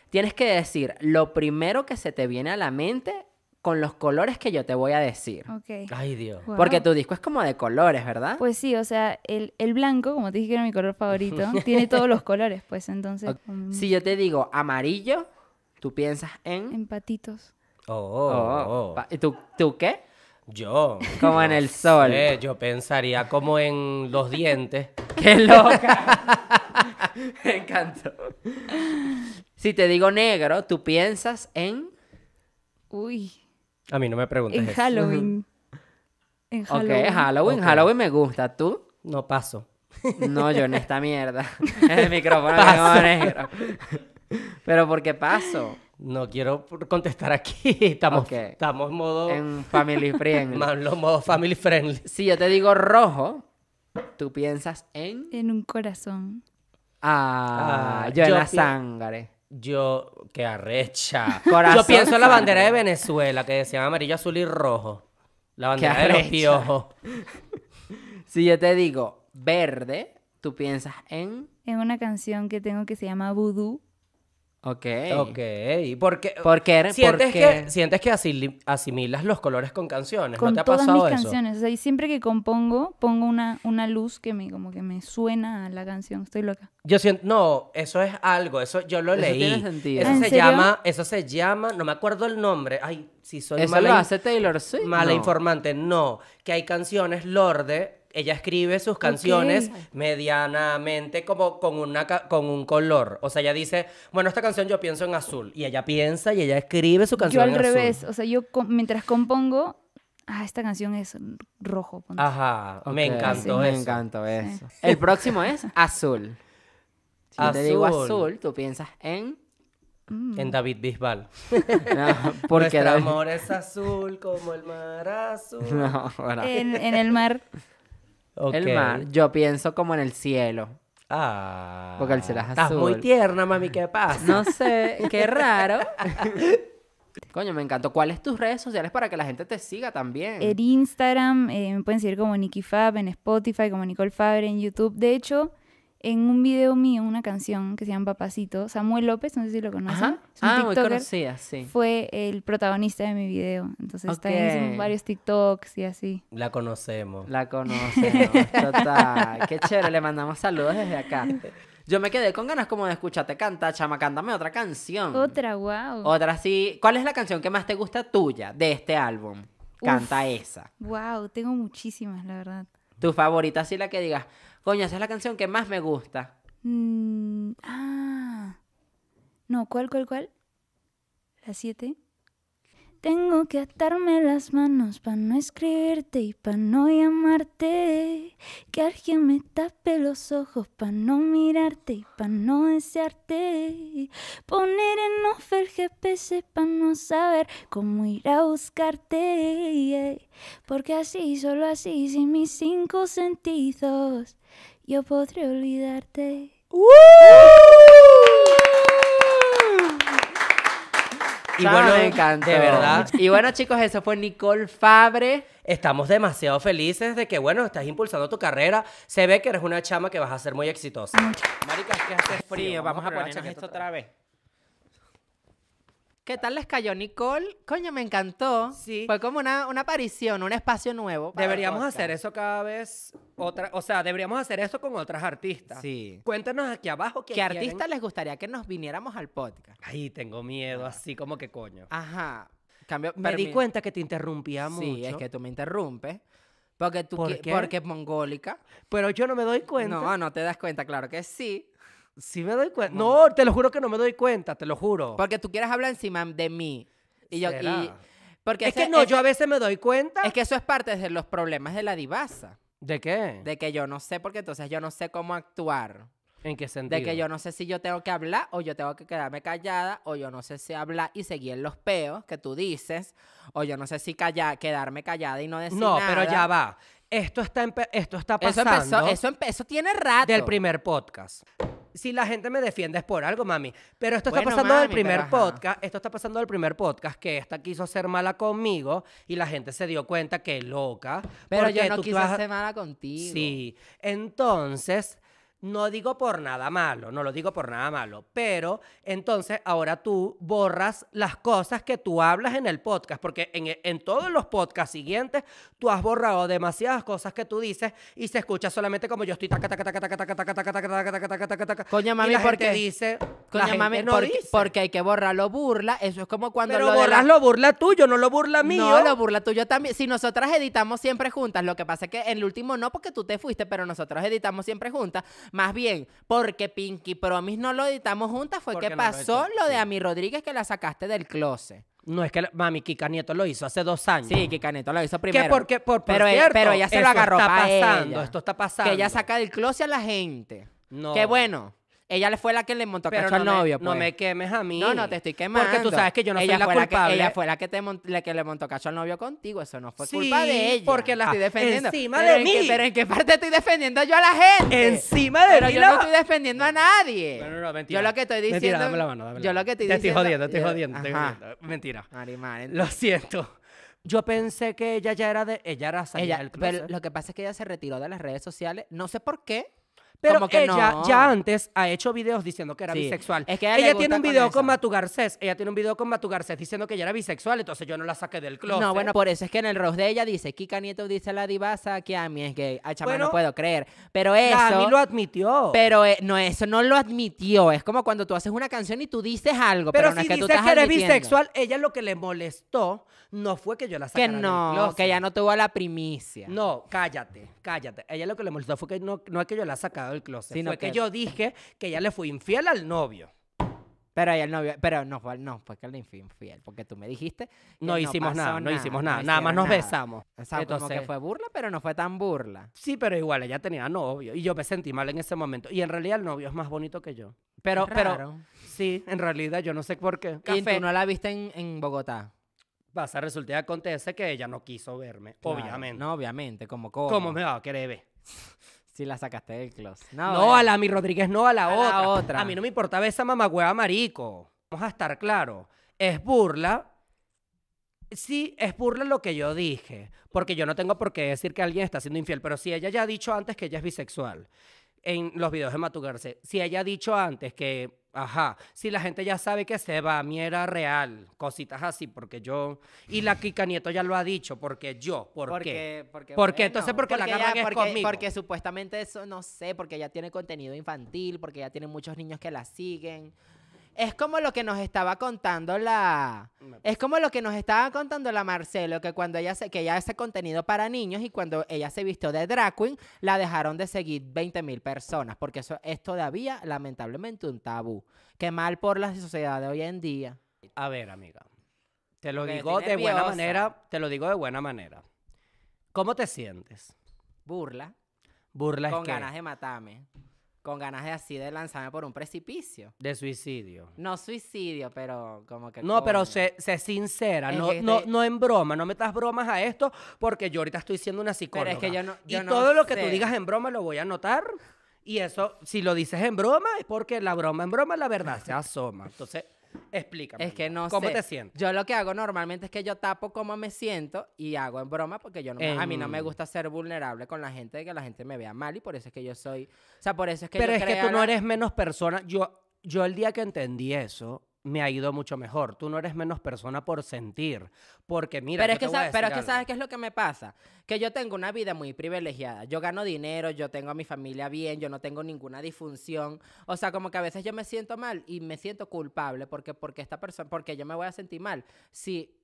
Speaker 2: Tienes que decir lo primero que se te viene a la mente con los colores que yo te voy a decir.
Speaker 3: Ok.
Speaker 1: Ay, Dios.
Speaker 3: Guau.
Speaker 2: Ah, Porque tu disco es como de colores, ¿verdad?
Speaker 3: Pues sí, o sea, el, el blanco, como te dije que era mi color favorito, tiene todos los colores, pues entonces,
Speaker 2: Ok.
Speaker 3: como
Speaker 2: Si yo te digo amarillo, tú piensas en...
Speaker 3: en patitos.
Speaker 1: Oh,
Speaker 2: Oh, pa- ¿Y tú, tú qué?
Speaker 1: Yo.
Speaker 2: Como en el sol.
Speaker 1: Eh, yo pensaría como en los dientes.
Speaker 2: ¡Qué loca! me encantó. Si te digo negro, tú piensas en...
Speaker 3: Uy,
Speaker 1: A mí no me preguntes
Speaker 3: en
Speaker 1: eso.
Speaker 3: Halloween. En
Speaker 2: Ok,
Speaker 3: Halloween.
Speaker 2: Halloween.
Speaker 1: Ok.
Speaker 2: Halloween me gusta. ¿Tú?
Speaker 1: No paso.
Speaker 2: No, yo en esta mierda. El micrófono que
Speaker 1: Paso.
Speaker 2: tengo negro. Pero porque paso
Speaker 1: No quiero por- contestar aquí. Estamos,
Speaker 2: Ok.
Speaker 1: estamos modo,
Speaker 2: en Family Friend.
Speaker 1: malo, modo family friendly.
Speaker 2: Si yo te digo rojo, tú piensas en.
Speaker 3: En un corazón.
Speaker 2: Ah,
Speaker 1: Ah,
Speaker 2: yo en
Speaker 1: yo
Speaker 2: la
Speaker 1: pi-
Speaker 2: sangre.
Speaker 1: Yo, qué arrecha.
Speaker 2: Corazón
Speaker 1: Yo pienso en la
Speaker 2: sangre.
Speaker 1: bandera de Venezuela, que decían amarillo, azul y rojo. La bandera de los
Speaker 2: arrecha.
Speaker 1: piojos.
Speaker 2: Si yo te digo verde, tú piensas en.
Speaker 3: En una canción que tengo que se llama Voodoo.
Speaker 2: Ok.
Speaker 1: Ok. Porque,
Speaker 2: Porque,
Speaker 1: ¿sientes,
Speaker 2: porque
Speaker 1: Que, sientes que asili- asimilas los colores con canciones.
Speaker 3: Con
Speaker 1: ¿No te ha
Speaker 3: todas
Speaker 1: pasado
Speaker 3: mis
Speaker 1: eso?
Speaker 3: canciones. O sea, y siempre que compongo, pongo una, una luz que me, como que me suena a la canción. Estoy loca.
Speaker 1: Yo siento, no, eso es algo, eso yo lo
Speaker 2: Eso
Speaker 1: leí.
Speaker 2: tiene sentido.
Speaker 1: Eso
Speaker 3: ¿En
Speaker 1: se
Speaker 3: serio?
Speaker 1: llama, eso se llama, no me acuerdo el nombre. Ay, si soy
Speaker 2: eso
Speaker 1: mala,
Speaker 2: lo
Speaker 1: in-
Speaker 2: hace Taylor Swift.
Speaker 1: mala
Speaker 2: no.
Speaker 1: informante, no, que hay canciones Lorde, ella escribe sus canciones medianamente como con una ca- con un color. O sea, ella dice, bueno, esta canción yo pienso en azul y ella piensa y ella escribe su
Speaker 3: yo
Speaker 1: canción
Speaker 3: al
Speaker 1: en azul.
Speaker 3: revés. O sea, yo com- mientras compongo, ah, esta canción es rojo. ponte.
Speaker 1: Ah, Ajá, me
Speaker 2: Ok,
Speaker 1: encantó
Speaker 2: Me
Speaker 1: eso.
Speaker 2: encantó eso. El próximo es azul. Si yo te digo
Speaker 1: Azul.
Speaker 2: azul, tú piensas en.
Speaker 1: En David Bisbal.
Speaker 2: No, porque
Speaker 1: Nuestro
Speaker 2: la-
Speaker 1: amor es azul como el mar azul.
Speaker 2: No, ahora.
Speaker 3: En, en el mar.
Speaker 1: Ok.
Speaker 2: El mar, yo pienso como en el cielo.
Speaker 1: Ah.
Speaker 2: Porque el cielo es
Speaker 1: Estás muy
Speaker 2: azul.
Speaker 1: tierna, mami, ¿qué pasa?
Speaker 2: No sé, qué raro. Coño, me encantó. ¿Cuáles tus redes sociales para que la gente te siga también?
Speaker 3: En Instagram, eh, me pueden seguir como Nicky Fab, en Spotify, como Nicole Fabre, en YouTube. De hecho, en un video mío, una canción que se llama Papacito, Samuel López, no sé si lo conocen.
Speaker 2: Ajá.
Speaker 3: es un
Speaker 2: Ah, muy
Speaker 3: tiktoker,
Speaker 2: conocida, sí.
Speaker 3: Fue el protagonista de mi video. Entonces está en
Speaker 2: Ok.
Speaker 3: sus varios TikToks y así.
Speaker 1: La conocemos.
Speaker 2: La conocemos, total. Qué chévere, le mandamos saludos desde acá. Yo me quedé con ganas como de escucharte cantar, chama, cántame otra canción.
Speaker 3: Otra, wow.
Speaker 2: Otra sí. ¿Cuál es la canción que más te gusta tuya de este álbum? Canta esa.
Speaker 3: Wow, tengo muchísimas, la verdad.
Speaker 2: Tu favorita, así la que digas, coño, esa es la canción que más me gusta.
Speaker 3: Mm, ah. No, ¿cuál, cuál, cuál? ¿La 7? Tengo que atarme las manos para no escribirte y para no llamarte. Que alguien me tape los ojos para no mirarte y para no desearte. Poner en off el GPS para no saber cómo ir a buscarte. yeah. Porque así, solo así, sin mis cinco sentidos, yo podré olvidarte.
Speaker 1: Y
Speaker 2: Chama,
Speaker 1: bueno,
Speaker 2: Ah, me encantó.
Speaker 1: de verdad,
Speaker 2: Y bueno, chicos, eso fue Nicole Fabre.
Speaker 1: estamos demasiado felices de que, bueno, estás impulsando tu carrera. Se ve que eres una chama que vas a ser muy exitosa.
Speaker 2: Marica, es que hace frío. Vamos, a
Speaker 1: poner
Speaker 2: ponernos esto otra vez. ¿Qué tal les cayó Nicole? Coño, me encantó.
Speaker 1: Sí.
Speaker 2: Fue como una, una aparición, un espacio nuevo. para el
Speaker 1: Deberíamos
Speaker 2: podcast.
Speaker 1: hacer eso cada vez, otra, o sea, deberíamos hacer eso con otras artistas.
Speaker 2: Sí.
Speaker 1: Cuéntanos aquí abajo
Speaker 2: ¿Qué
Speaker 1: quién
Speaker 2: artista
Speaker 1: quieren.
Speaker 2: les gustaría que nos viniéramos al podcast?
Speaker 1: Ay, tengo
Speaker 2: Ah.
Speaker 1: miedo, así como que coño.
Speaker 2: Ajá. Cambio,
Speaker 1: Me di
Speaker 2: permi-
Speaker 1: cuenta que te interrumpía mucho.
Speaker 2: Sí, es que tú me interrumpes. Porque tú
Speaker 1: ¿Por
Speaker 2: que-
Speaker 1: qué?
Speaker 2: porque es mongólica.
Speaker 1: Pero yo no me doy cuenta.
Speaker 2: No, ah. no te das cuenta, claro que sí.
Speaker 1: Sí me doy cuenta. No, te lo juro que no me doy cuenta, te lo juro.
Speaker 2: Porque tú quieres hablar encima de mí. Y yo, y-
Speaker 1: ¿Será?
Speaker 2: porque
Speaker 1: es
Speaker 2: ese-
Speaker 1: que no,
Speaker 2: ese-
Speaker 1: yo a veces me doy cuenta.
Speaker 2: es que eso es parte de los problemas de la divasa.
Speaker 1: ¿De qué?
Speaker 2: De que yo no sé, porque entonces yo no sé cómo actuar.
Speaker 1: ¿En qué sentido?
Speaker 2: De que yo no sé si yo tengo que hablar o yo tengo que quedarme callada o yo no sé si hablar y seguir los peos que tú dices o yo no sé si callar, quedarme callada y no decir
Speaker 1: No,
Speaker 2: nada.
Speaker 1: pero ya va. Esto está, empe- esto está
Speaker 2: Eso
Speaker 1: pasando
Speaker 2: empezó, eso empe- eso tiene rato.
Speaker 1: del primer podcast. Si la gente me defiende es por algo, mami. Pero esto
Speaker 2: Bueno,
Speaker 1: está pasando del
Speaker 2: mami, pero
Speaker 1: primer
Speaker 2: ajá.
Speaker 1: podcast. Esto está pasando del primer podcast que esta quiso ser mala conmigo y la gente se dio cuenta que loca.
Speaker 2: Pero
Speaker 1: porque
Speaker 2: yo no
Speaker 1: tú
Speaker 2: quise
Speaker 1: vas-
Speaker 2: hacer nada contigo.
Speaker 1: Sí, entonces, no digo por nada malo, no lo digo por nada malo, pero entonces ahora tú borras las cosas que tú hablas en el podcast, porque en, e, en todos los podcasts siguientes tú has borrado demasiadas cosas que tú dices y se escucha solamente como yo estoy taca, taca, taca, taca, taca, taca, taca, taca, taca, taca, taca, taca, taca,
Speaker 2: Coño,
Speaker 1: y
Speaker 2: mami,
Speaker 1: la
Speaker 2: ¿por
Speaker 1: gente
Speaker 2: qué?
Speaker 1: dice, la
Speaker 2: Coño,
Speaker 1: gente
Speaker 2: mami,
Speaker 1: no
Speaker 2: porque,
Speaker 1: dice.
Speaker 2: porque hay que borrarlo burla. Eso es como cuando
Speaker 1: Pero
Speaker 2: lo de la-
Speaker 1: borras lo burla tuyo, no lo burla mío.
Speaker 2: No, lo burla tuyo también. Si nosotras editamos siempre juntas, lo que pasa es que en el último no porque tú te fuiste, pero nosotras editamos siempre juntas. Más bien, porque Pinky Promise no lo editamos juntas, fue
Speaker 1: Porque no
Speaker 2: que
Speaker 1: lo
Speaker 2: pasó
Speaker 1: editamos,
Speaker 2: lo de
Speaker 1: sí.
Speaker 2: Ami Rodríguez que la sacaste del closet.
Speaker 1: No es que la- mami Kika Nieto lo hizo hace dos años.
Speaker 2: Sí, que Caneto lo hizo
Speaker 1: que
Speaker 2: primero.
Speaker 1: porque por, por
Speaker 2: pero, él-
Speaker 1: cierto,
Speaker 2: pero ella se lo
Speaker 1: esto
Speaker 2: agarró
Speaker 1: está
Speaker 2: pa'
Speaker 1: pasando,
Speaker 2: ella.
Speaker 1: esto está pasando.
Speaker 2: que ella saca del closet a la gente.
Speaker 1: No.
Speaker 2: Que bueno, ella le fue la que le montó
Speaker 1: pero
Speaker 2: cacho
Speaker 1: no
Speaker 2: al
Speaker 1: me-
Speaker 2: novio.
Speaker 1: no
Speaker 2: pues.
Speaker 1: me quemes a mí.
Speaker 2: No, no, te estoy quemando.
Speaker 1: Porque tú sabes que yo no
Speaker 2: ella
Speaker 1: soy la
Speaker 2: fue
Speaker 1: culpable.
Speaker 2: Que, ella fue la que, te mon- la que le montó cacho al novio contigo. Eso no fue
Speaker 1: Sí,
Speaker 2: culpa de ella. Ah,
Speaker 1: porque la-
Speaker 2: estoy defendiendo.
Speaker 1: encima
Speaker 2: Pero
Speaker 1: de
Speaker 2: en qué-
Speaker 1: mí.
Speaker 2: pero en qué parte estoy defendiendo yo a la gente.
Speaker 1: Encima de
Speaker 2: pero
Speaker 1: mí
Speaker 2: yo
Speaker 1: la-
Speaker 2: no estoy defendiendo a nadie.
Speaker 1: Bueno, no, mentira.
Speaker 2: Yo lo que estoy diciendo.
Speaker 1: Mentira, dame la mano, dame la
Speaker 2: yo
Speaker 1: mano.
Speaker 2: lo que estoy
Speaker 1: te
Speaker 2: diciendo.
Speaker 1: estoy jodiendo, te estoy
Speaker 2: yo-
Speaker 1: jodiendo, te estoy
Speaker 2: Ajá.
Speaker 1: jodiendo. Mentira.
Speaker 2: Marimar, ent-
Speaker 1: Lo siento. Yo pensé que ella ya era de ella era salida
Speaker 2: ella-
Speaker 1: del
Speaker 2: pero
Speaker 1: closet.
Speaker 2: lo que pasa es que ella se retiró de las redes sociales. No sé por qué.
Speaker 1: Pero
Speaker 2: como que
Speaker 1: ella
Speaker 2: no.
Speaker 1: ya antes ha hecho videos diciendo que era
Speaker 2: Sí.
Speaker 1: bisexual.
Speaker 2: Es que a
Speaker 1: ella
Speaker 2: ella le
Speaker 1: tiene
Speaker 2: gusta
Speaker 1: un
Speaker 2: con
Speaker 1: video
Speaker 2: eso.
Speaker 1: con Matu Garcés. Ella tiene un video con Matu Garcés diciendo que ella era bisexual, entonces yo no la saqué del closet.
Speaker 2: No, bueno, por eso es que en el roast de ella dice, Kika Nieto dice a la divasa que a mí es gay. Ay, chama,
Speaker 1: Bueno,
Speaker 2: no puedo creer. Pero eso...
Speaker 1: a mí lo admitió.
Speaker 2: Pero eh, no, eso no lo admitió. Es como cuando tú haces una canción y tú dices algo, pero,
Speaker 1: Pero
Speaker 2: no
Speaker 1: si
Speaker 2: es que tú
Speaker 1: dices
Speaker 2: estás
Speaker 1: que eres
Speaker 2: admitiendo.
Speaker 1: bisexual, ella lo que le molestó no fue que yo la
Speaker 2: Que
Speaker 1: sacara del
Speaker 2: no,
Speaker 1: closet.
Speaker 2: que ya no tuvo la primicia.
Speaker 1: No, cállate, cállate. Ella lo que le molestó fue que no, no es que yo la sacado del closet,
Speaker 2: Sino
Speaker 1: fue que...
Speaker 2: que-
Speaker 1: yo dije que ella le fue infiel al novio.
Speaker 2: Pero ahí el novio, pero no fue, no, fue que le fui infiel, porque tú me dijiste. que
Speaker 1: No hicimos
Speaker 2: pasó
Speaker 1: nada, no hicimos nada,
Speaker 2: no
Speaker 1: nada más
Speaker 2: hicieron
Speaker 1: nos
Speaker 2: nada.
Speaker 1: besamos.
Speaker 2: O sea, como
Speaker 1: Entonces-
Speaker 2: que fue burla, pero no fue tan burla.
Speaker 1: Sí, pero igual ella tenía novio y yo me sentí mal en ese momento. Y en realidad el novio es más bonito que yo. Pero, pero
Speaker 2: Raro.
Speaker 1: sí, en realidad yo no sé por qué.
Speaker 2: Y tú
Speaker 1: Café.
Speaker 2: no la viste en, en Bogotá.
Speaker 1: Pasa, resulta que acontece que ella no quiso verme,
Speaker 2: Claro,
Speaker 1: obviamente.
Speaker 2: No, obviamente, como como.
Speaker 1: ¿Cómo me va a querer ver?
Speaker 2: Si la sacaste del closet.
Speaker 1: No,
Speaker 2: Ah, bueno.
Speaker 1: a la mi Rodríguez, no a la,
Speaker 2: A
Speaker 1: otra.
Speaker 2: la otra.
Speaker 1: A mí no me importaba esa mamagüeva marico. Vamos a estar claro. Es burla. Sí, es burla lo que yo dije. Porque yo no tengo por qué decir que alguien está siendo infiel. Pero si ella ya ha dicho antes que ella es bisexual en los videos de Matu Garcés, si ella ha dicho antes que, ajá, si la gente ya sabe que se va, mi era real, cositas así, porque yo. Y la Kika Nieto ya lo ha dicho, porque yo, ¿por qué?
Speaker 2: Porque,
Speaker 1: ¿Por qué? Entonces, ¿por qué la
Speaker 2: ella-
Speaker 1: agarran es
Speaker 2: porque,
Speaker 1: conmigo?
Speaker 2: porque supuestamente eso, no sé, porque ya tiene contenido infantil, porque ya tiene muchos niños que la siguen. Es como lo que nos estaba contando la...
Speaker 1: Me parece-
Speaker 2: Es como lo que nos estaba contando la Marcelo, que cuando ella se, que ella hace contenido para niños y cuando ella se vistió de drag queen, la dejaron de seguir 20 mil personas, porque eso es todavía, lamentablemente, un tabú. Qué mal por la sociedad de hoy en día.
Speaker 1: A ver, amiga. Te lo
Speaker 2: Porque
Speaker 1: digo de
Speaker 2: estoy
Speaker 1: buena
Speaker 2: nerviosa.
Speaker 1: manera. Te lo digo de buena manera. ¿Cómo te sientes?
Speaker 2: Burla.
Speaker 1: Burla es
Speaker 2: Con
Speaker 1: que-
Speaker 2: ganas de matarme. Con ganas de así de lanzarme por un precipicio.
Speaker 1: de suicidio.
Speaker 2: No suicidio, pero como que.
Speaker 1: No, pero
Speaker 2: coño.
Speaker 1: sé, sé sincera,
Speaker 2: Es
Speaker 1: no,
Speaker 2: que
Speaker 1: no,
Speaker 2: estoy-
Speaker 1: no en broma, no metas bromas a esto porque yo ahorita estoy siendo una
Speaker 2: Pero
Speaker 1: psicóloga.
Speaker 2: es que yo no. yo
Speaker 1: y
Speaker 2: no
Speaker 1: todo lo que tú
Speaker 2: sé.
Speaker 1: digas en broma lo voy a anotar y eso, si lo dices en broma es porque la broma en broma la verdad se asoma. Entonces, explícame.
Speaker 2: Es que
Speaker 1: amiga,
Speaker 2: no
Speaker 1: ¿Cómo
Speaker 2: sé.
Speaker 1: te sientes?
Speaker 2: Yo lo que hago normalmente es que yo tapo cómo me siento y hago en broma porque yo no me- a mí no me
Speaker 1: Em.
Speaker 2: gusta ser vulnerable con la gente, que la gente me vea mal y por eso es que yo soy. O sea, por eso es que.
Speaker 1: Pero
Speaker 2: yo
Speaker 1: es que
Speaker 2: creo
Speaker 1: tú no
Speaker 2: la-
Speaker 1: eres menos persona. Yo, yo el día que entendí eso, me ha ido mucho mejor. Tú no eres menos persona por sentir. Porque mira,
Speaker 2: pero
Speaker 1: yo
Speaker 2: es que,
Speaker 1: te voy a
Speaker 2: sa- pero
Speaker 1: decir
Speaker 2: es que
Speaker 1: algo.
Speaker 2: sabes qué es lo que me pasa, que yo tengo una vida muy privilegiada. Yo gano dinero, yo tengo a mi familia bien, yo no tengo ninguna disfunción. O sea, como que a veces yo me siento mal y me siento culpable porque porque esta persona, porque yo me voy a sentir mal. Sí,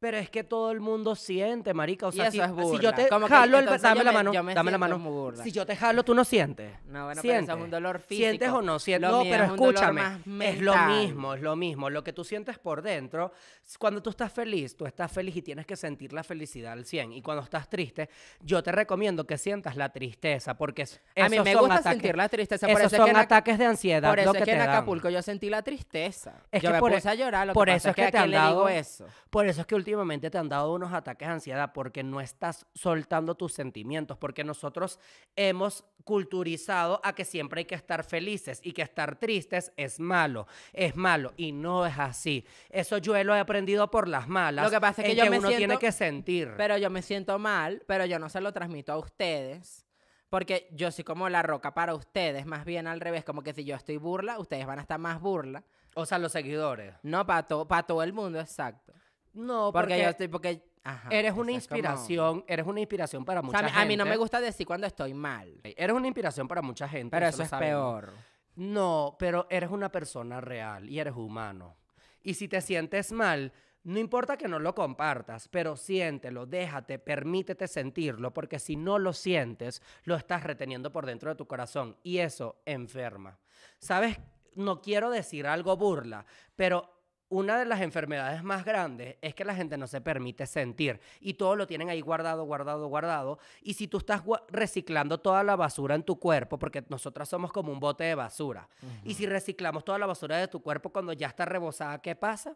Speaker 1: Pero es que todo el mundo siente, marica. O
Speaker 2: Y
Speaker 1: sea, si,
Speaker 2: eso es
Speaker 1: si yo
Speaker 2: burla.
Speaker 1: te
Speaker 2: Como que
Speaker 1: jalo, el-
Speaker 2: entonces yo
Speaker 1: dame la
Speaker 2: me-
Speaker 1: mano,
Speaker 2: yo me
Speaker 1: dame la
Speaker 2: siento
Speaker 1: mano.
Speaker 2: muy burda.
Speaker 1: Si yo te jalo, tú no sientes.
Speaker 2: no, Ah, bueno, pero eso es
Speaker 1: Sientes.
Speaker 2: un dolor físico.
Speaker 1: ¿Sientes o no sientes?
Speaker 2: Lo
Speaker 1: No,
Speaker 2: mío
Speaker 1: pero
Speaker 2: es un dolor
Speaker 1: escúchame,
Speaker 2: más
Speaker 1: es lo
Speaker 2: mental.
Speaker 1: mismo, es lo mismo. Lo que tú sientes por dentro, s- cuando tú estás feliz, tú estás feliz y tienes que sentir la felicidad al 100. Y cuando estás triste, yo te recomiendo que sientas la tristeza, porque es-
Speaker 2: A mí
Speaker 1: esos
Speaker 2: me
Speaker 1: son
Speaker 2: gusta
Speaker 1: ataques-
Speaker 2: sentir la tristeza, por
Speaker 1: Esos
Speaker 2: eso es
Speaker 1: son
Speaker 2: que en Ac-
Speaker 1: ataques de ansiedad
Speaker 2: por
Speaker 1: lo
Speaker 2: eso
Speaker 1: que
Speaker 2: es que en
Speaker 1: te dan.
Speaker 2: Acapulco yo sentí la tristeza.
Speaker 1: Es
Speaker 2: yo
Speaker 1: que
Speaker 2: me
Speaker 1: por e-
Speaker 2: puse a llorar, lo que
Speaker 1: por
Speaker 2: pasa
Speaker 1: eso es
Speaker 2: es que,
Speaker 1: que
Speaker 2: a
Speaker 1: te han
Speaker 2: quién le digo
Speaker 1: dado-
Speaker 2: eso.
Speaker 1: Por eso es que últimamente te han dado unos ataques de ansiedad porque no estás soltando tus sentimientos, porque nosotros hemos culturizado a que siempre hay que estar felices y que estar tristes es malo, es malo y no es así. Eso yo lo he aprendido por las malas.
Speaker 2: Lo que pasa es que
Speaker 1: en
Speaker 2: yo me
Speaker 1: uno tiene
Speaker 2: siento-
Speaker 1: que sentir.
Speaker 2: Pero yo me siento mal, pero yo no se lo transmito a ustedes. Porque yo soy como la roca para ustedes, más bien al revés. Como que si yo estoy burla, ustedes van a estar más burla.
Speaker 1: O sea, los seguidores.
Speaker 2: No, para todo el mundo, exacto.
Speaker 1: No,
Speaker 2: Porque,
Speaker 1: porque,
Speaker 2: yo estoy, porque. Ajá,
Speaker 1: eres
Speaker 2: eso
Speaker 1: una
Speaker 2: es como-
Speaker 1: inspiración, eres una inspiración para
Speaker 2: O
Speaker 1: mucha
Speaker 2: sea, a mí-
Speaker 1: gente.
Speaker 2: a mí no me gusta decir cuando estoy mal.
Speaker 1: Eres una inspiración para mucha gente.
Speaker 2: Pero
Speaker 1: lo
Speaker 2: eso es
Speaker 1: sabemos.
Speaker 2: peor.
Speaker 1: No, pero eres una persona real y eres humano. Y si te sientes mal, no importa que no lo compartas, pero siéntelo, déjate, permítete sentirlo, porque si no lo sientes, lo estás reteniendo por dentro de tu corazón y eso enferma. ¿Sabes? No quiero decir algo burla, pero una de las enfermedades más grandes es que la gente no se permite sentir y todo lo tienen ahí guardado, guardado, guardado. Y si tú estás gua- reciclando toda la basura en tu cuerpo, porque nosotras somos como un bote de basura, y si reciclamos toda la basura de tu cuerpo cuando ya está rebosada, ¿qué pasa?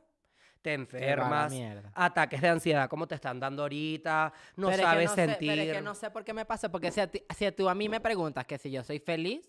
Speaker 1: Te
Speaker 2: Se va a la
Speaker 1: enfermas,
Speaker 2: mierda.
Speaker 1: ataques de ansiedad como te están dando ahorita, no
Speaker 2: Pero es que
Speaker 1: sabes
Speaker 2: sé-
Speaker 1: sentir.
Speaker 2: pero es que no sé por qué me pasa, porque si, a ti- si tú a mí me preguntas que si yo soy feliz,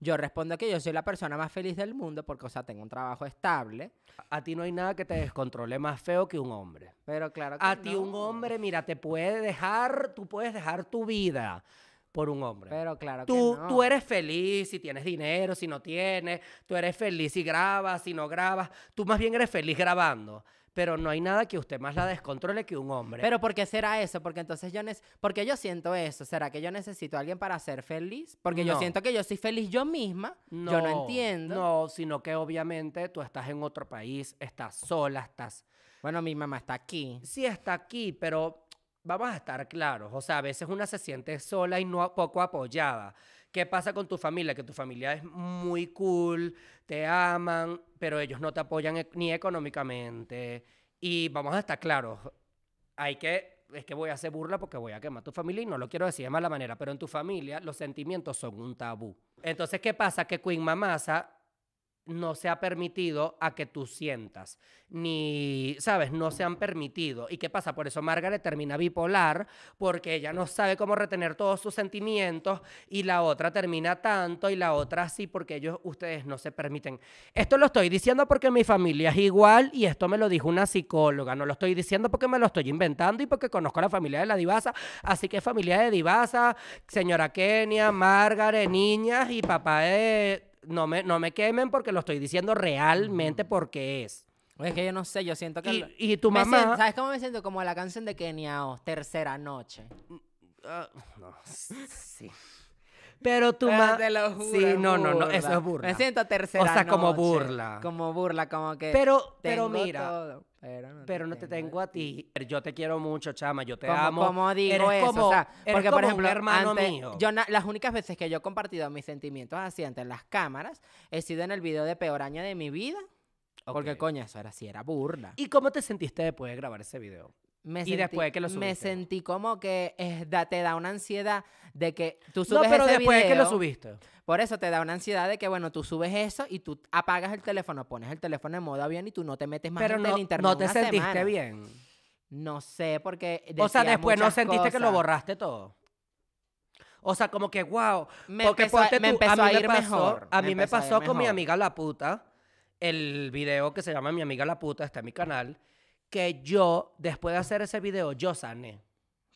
Speaker 2: yo respondo que yo soy la persona más feliz del mundo porque, o sea, tengo un trabajo estable,
Speaker 1: A ti no hay nada que te descontrole más feo que un hombre.
Speaker 2: pero claro que
Speaker 1: A ti un
Speaker 2: no.
Speaker 1: hombre, mira, te puede dejar, tú puedes dejar tu vida por un hombre.
Speaker 2: Pero claro
Speaker 1: tú,
Speaker 2: que no.
Speaker 1: tú eres feliz si tienes dinero, si no tienes, tú eres feliz si grabas, si no grabas, tú más bien eres feliz grabando. Pero no hay nada que usted más la descontrole que un hombre.
Speaker 2: Pero ¿por qué será eso? Porque entonces yo nec- porque yo siento eso. ¿Será que yo necesito a alguien para ser feliz? Porque yo
Speaker 1: No.
Speaker 2: siento que yo soy feliz yo misma. yo no entiendo.
Speaker 1: No, sino que obviamente tú estás en otro país, estás sola, estás
Speaker 2: Bueno, mi mamá está aquí.
Speaker 1: sí está aquí, pero vamos a estar claros. O sea, a veces una se siente sola y no a- poco apoyada. ¿Qué pasa con tu familia? Que tu familia es muy cool, te aman, pero ellos no te apoyan e- ni económicamente. Y vamos a estar claros. Hay que. Es que voy a hacer burla porque voy a quemar a tu familia y no lo quiero decir de mala manera, pero en tu familia los sentimientos son un tabú. Entonces, ¿qué pasa? Que Queen Mamasa no se ha permitido a que tú sientas, ni, ¿sabes? No se han permitido. ¿Y qué pasa? Por eso Margaret termina bipolar, porque ella no sabe cómo retener todos sus sentimientos y la otra termina tanto y la otra sí, porque ellos, ustedes no se permiten. Esto lo estoy diciendo porque mi familia es igual y esto me lo dijo una psicóloga, no lo estoy diciendo porque me lo estoy inventando y porque conozco a la familia de la divasa, así que familia de divasa, señora Kenia, Margaret, niñas y papá de... No me, no me quemen porque lo estoy diciendo realmente porque es.
Speaker 2: O es que yo no sé, yo siento que...
Speaker 1: Y-
Speaker 2: lo-
Speaker 1: y tu
Speaker 2: Me
Speaker 1: mamá-
Speaker 2: siento- ¿Sabes cómo me siento? Como la canción de Keniao, Tercera Noche.
Speaker 1: Ah, no, sí. Ah, Pero tu
Speaker 2: Pero
Speaker 1: mamá...
Speaker 2: Ah, te lo juro,
Speaker 1: Sí,
Speaker 2: es
Speaker 1: no, no, no, eso
Speaker 2: burla.
Speaker 1: es burla.
Speaker 2: Me siento Tercera Noche.
Speaker 1: O sea, como burla.
Speaker 2: Como burla, como que...
Speaker 1: Pero, pero
Speaker 2: tengo
Speaker 1: mira,
Speaker 2: todo, pero no,
Speaker 1: pero no te tengo a ti. Yo te quiero mucho, chama, yo te
Speaker 2: como,
Speaker 1: amo.
Speaker 2: como digo
Speaker 1: Eres
Speaker 2: eso,
Speaker 1: como-
Speaker 2: o sea,
Speaker 1: eres
Speaker 2: porque
Speaker 1: como
Speaker 2: por ejemplo,
Speaker 1: un hermano
Speaker 2: antes-
Speaker 1: mío.
Speaker 2: yo na- las únicas veces que yo he compartido mis sentimientos así ante las cámaras he sido en el video de peor año de mi vida, porque
Speaker 1: Ok.
Speaker 2: coño, eso era así, era burla.
Speaker 1: ¿Y cómo te sentiste después de grabar ese video?
Speaker 2: me
Speaker 1: y después que lo
Speaker 2: Me
Speaker 1: subiste.
Speaker 2: sentí como que es da- te da una ansiedad de que tú
Speaker 1: No,
Speaker 2: subes
Speaker 1: pero
Speaker 2: ese
Speaker 1: después de que lo
Speaker 2: video,
Speaker 1: subiste.
Speaker 2: Por eso te da una ansiedad de que, bueno, tú subes eso y tú apagas el teléfono, pones el teléfono en modo avión y tú no te metes más
Speaker 1: Pero
Speaker 2: en
Speaker 1: no,
Speaker 2: el internet
Speaker 1: no te
Speaker 2: una
Speaker 1: sentiste
Speaker 2: semana.
Speaker 1: bien.
Speaker 2: No sé, porque
Speaker 1: O sea,
Speaker 2: decía
Speaker 1: después no
Speaker 2: muchas
Speaker 1: sentiste que lo
Speaker 2: cosas.
Speaker 1: borraste todo. O sea, como que, wow.
Speaker 2: Me
Speaker 1: porque
Speaker 2: empezó a-
Speaker 1: ponte
Speaker 2: me
Speaker 1: tú,
Speaker 2: empezó
Speaker 1: mí
Speaker 2: a ir
Speaker 1: pasó-
Speaker 2: mejor,
Speaker 1: A
Speaker 2: me
Speaker 1: mí me
Speaker 2: empezó a ir
Speaker 1: pasó con mi
Speaker 2: mejor.
Speaker 1: amiga la puta, el video que se llama Mi amiga la puta, está en mi canal, que yo, después de hacer ese video, yo sané.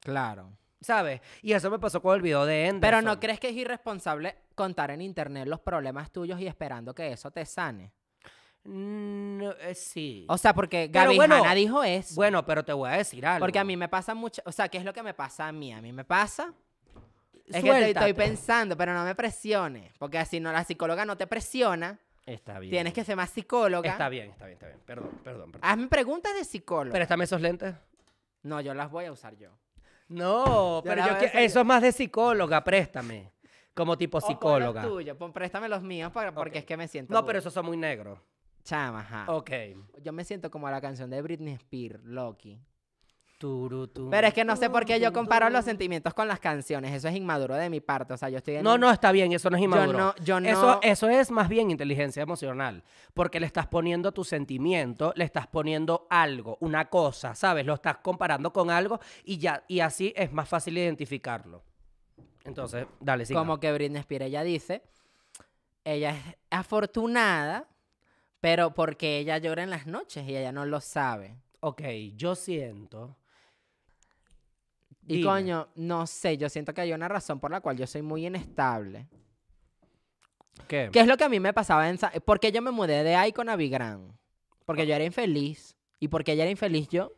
Speaker 2: Claro.
Speaker 1: ¿Sabes? Y eso me pasó con el video de Anderson.
Speaker 2: Pero ¿no crees que es irresponsable contar en internet los problemas tuyos y esperando que eso te sane?
Speaker 1: No, eh, sí.
Speaker 2: O sea, porque
Speaker 1: Pero
Speaker 2: Gaby
Speaker 1: bueno,
Speaker 2: Hanna dijo eso.
Speaker 1: bueno, pero te voy a decir algo.
Speaker 2: porque a mí me pasa mucho, o sea, ¿qué es lo que me pasa a mí? A mí me pasa... Es que estoy-
Speaker 1: Suéltate.
Speaker 2: estoy, pensando, pero no me presiones, porque así no la psicóloga no te presiona,
Speaker 1: Está bien.
Speaker 2: tienes que ser más psicóloga.
Speaker 1: Está bien, está bien, está bien. Perdón, perdón, perdón.
Speaker 2: Hazme preguntas de psicólogo.
Speaker 1: Préstame esos lentes.
Speaker 2: No, yo las voy a usar yo.
Speaker 1: No,
Speaker 2: Ya
Speaker 1: pero
Speaker 2: la
Speaker 1: yo
Speaker 2: voy a
Speaker 1: quiero-
Speaker 2: hacer yo.
Speaker 1: eso es más de psicóloga, préstame. Como tipo
Speaker 2: O
Speaker 1: psicóloga.
Speaker 2: pon los tuyos, pon- préstame los míos para- porque
Speaker 1: Ok.
Speaker 2: es que me siento.
Speaker 1: No, pero
Speaker 2: burda.
Speaker 1: esos son muy negros.
Speaker 2: Chama, ajá.
Speaker 1: Ok.
Speaker 2: Yo me siento como la canción de Britney Spears, Loki.
Speaker 1: Turu, tum,
Speaker 2: Pero es que no sé por qué yo
Speaker 1: tum,
Speaker 2: comparo
Speaker 1: tum.
Speaker 2: los sentimientos con las canciones. Eso es inmaduro de mi parte. O sea, yo estoy en.
Speaker 1: No,
Speaker 2: un-
Speaker 1: no, está bien, eso no es inmaduro.
Speaker 2: no- yo no-
Speaker 1: Eso, eso es más bien inteligencia emocional, porque le estás poniendo tu sentimiento, le estás poniendo algo, una cosa, ¿sabes? Lo estás comparando con algo y ya, y así es más fácil identificarlo. Entonces, dale, siga.
Speaker 2: Como que Britney Spears, ella dice, ella es afortunada, pero porque ella llora en las noches y ella no lo sabe.
Speaker 1: Ok, yo siento...
Speaker 2: Y
Speaker 1: Dime.
Speaker 2: coño, no sé, yo siento que hay una razón por la cual yo soy muy inestable.
Speaker 1: ¿Qué?
Speaker 2: ¿Qué es lo que a mí me pasaba en... Sa- ¿Por qué yo me mudé de Icon a Vigrán? Porque yo era infeliz. ¿Y porque ella era infeliz yo?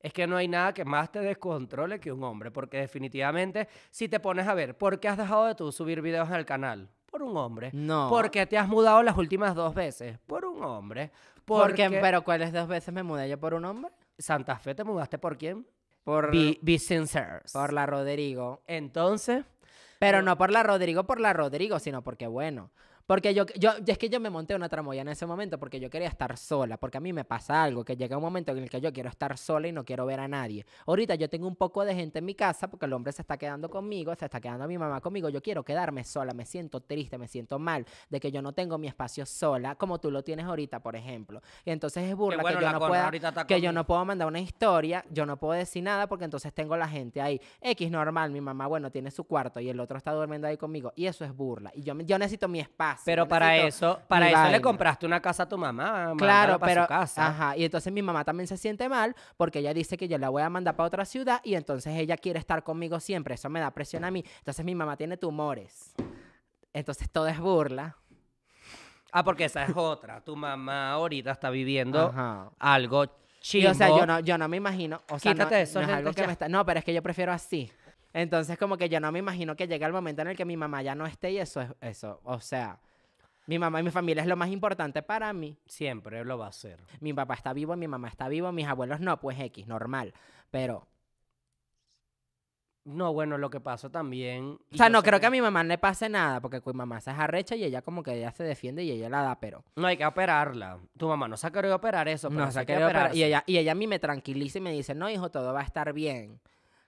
Speaker 1: Es que no hay nada que más te descontrole que un hombre, porque definitivamente, si te pones a ver, ¿por qué has dejado de tú subir videos al canal? Por un hombre.
Speaker 2: No.
Speaker 1: ¿Por qué te has mudado las últimas dos veces? Por un hombre.
Speaker 2: Porque,
Speaker 1: Porque,
Speaker 2: pero ¿cuáles dos veces me mudé yo por un hombre?
Speaker 1: Santa Fe te mudaste por quién?
Speaker 2: Por,
Speaker 1: Be, be sincere.
Speaker 2: por la Rodrigo.
Speaker 1: Entonces,
Speaker 2: Pero no por la Rodrigo, por la Rodrigo, sino porque, bueno, Porque yo, yo, y es que yo me monté una tramoya en ese momento porque yo quería estar sola, porque a mí me pasa algo, que llega un momento en el que yo quiero estar sola y no quiero ver a nadie. Ahorita yo tengo un poco de gente en mi casa porque el hombre se está quedando conmigo, se está quedando mi mamá conmigo, yo quiero quedarme sola, me siento triste, me siento mal de que yo no tengo mi espacio sola, como tú lo tienes ahorita, por ejemplo. Y entonces es burla
Speaker 1: bueno,
Speaker 2: que, yo
Speaker 1: la
Speaker 2: no,
Speaker 1: Cona
Speaker 2: pueda,
Speaker 1: ahorita está
Speaker 2: que yo
Speaker 1: conmigo.
Speaker 2: no puedo mandar una historia, yo no puedo decir nada porque entonces tengo la gente ahí. X normal, mi mamá, bueno, tiene su cuarto y el otro está durmiendo ahí conmigo. Y eso es burla. Y yo, me- yo necesito mi espacio.
Speaker 1: Pero
Speaker 2: yo
Speaker 1: para
Speaker 2: necesito
Speaker 1: eso,
Speaker 2: mi
Speaker 1: para eso
Speaker 2: vaina.
Speaker 1: le compraste una casa a tu mamá.
Speaker 2: Claro,
Speaker 1: para
Speaker 2: pero.
Speaker 1: su casa.
Speaker 2: Ajá. Y entonces mi mamá también se siente mal porque ella dice que yo la voy a mandar para otra ciudad y entonces ella quiere estar conmigo siempre. Eso me da presión a mí. Entonces mi mamá tiene tumores. Entonces todo es burla.
Speaker 1: Ah, porque esa es otra. Tu mamá ahorita está viviendo
Speaker 2: Ajá.
Speaker 1: algo
Speaker 2: Y,
Speaker 1: chido.
Speaker 2: o sea, yo no, yo no me imagino. O sea, no,
Speaker 1: Quítate esos
Speaker 2: no es algo
Speaker 1: lentes
Speaker 2: que
Speaker 1: ya.
Speaker 2: me está. No, pero es que yo prefiero así. Entonces, como que yo no me imagino que llegue el momento en el que mi mamá ya no esté y eso es eso. O sea, mi mamá y mi familia es lo más importante para mí.
Speaker 1: Siempre lo va a hacer.
Speaker 2: Mi papá está vivo, mi mamá está vivo, mis abuelos no, pues X, normal. Pero,
Speaker 1: No, bueno, lo que pasa también.
Speaker 2: o sea, no creo que a mi mamá le pase nada, porque mi mamá se es arrecha y ella como que ella se defiende y ella la da, pero.
Speaker 1: No hay que operarla. Tu mamá no se ha querido operar eso. Pero
Speaker 2: No,
Speaker 1: sí
Speaker 2: se
Speaker 1: hay
Speaker 2: ha
Speaker 1: que
Speaker 2: querido operar.
Speaker 1: operarse.
Speaker 2: Y ella, y ella a mí me tranquiliza y me dice, no, hijo, todo va a estar bien.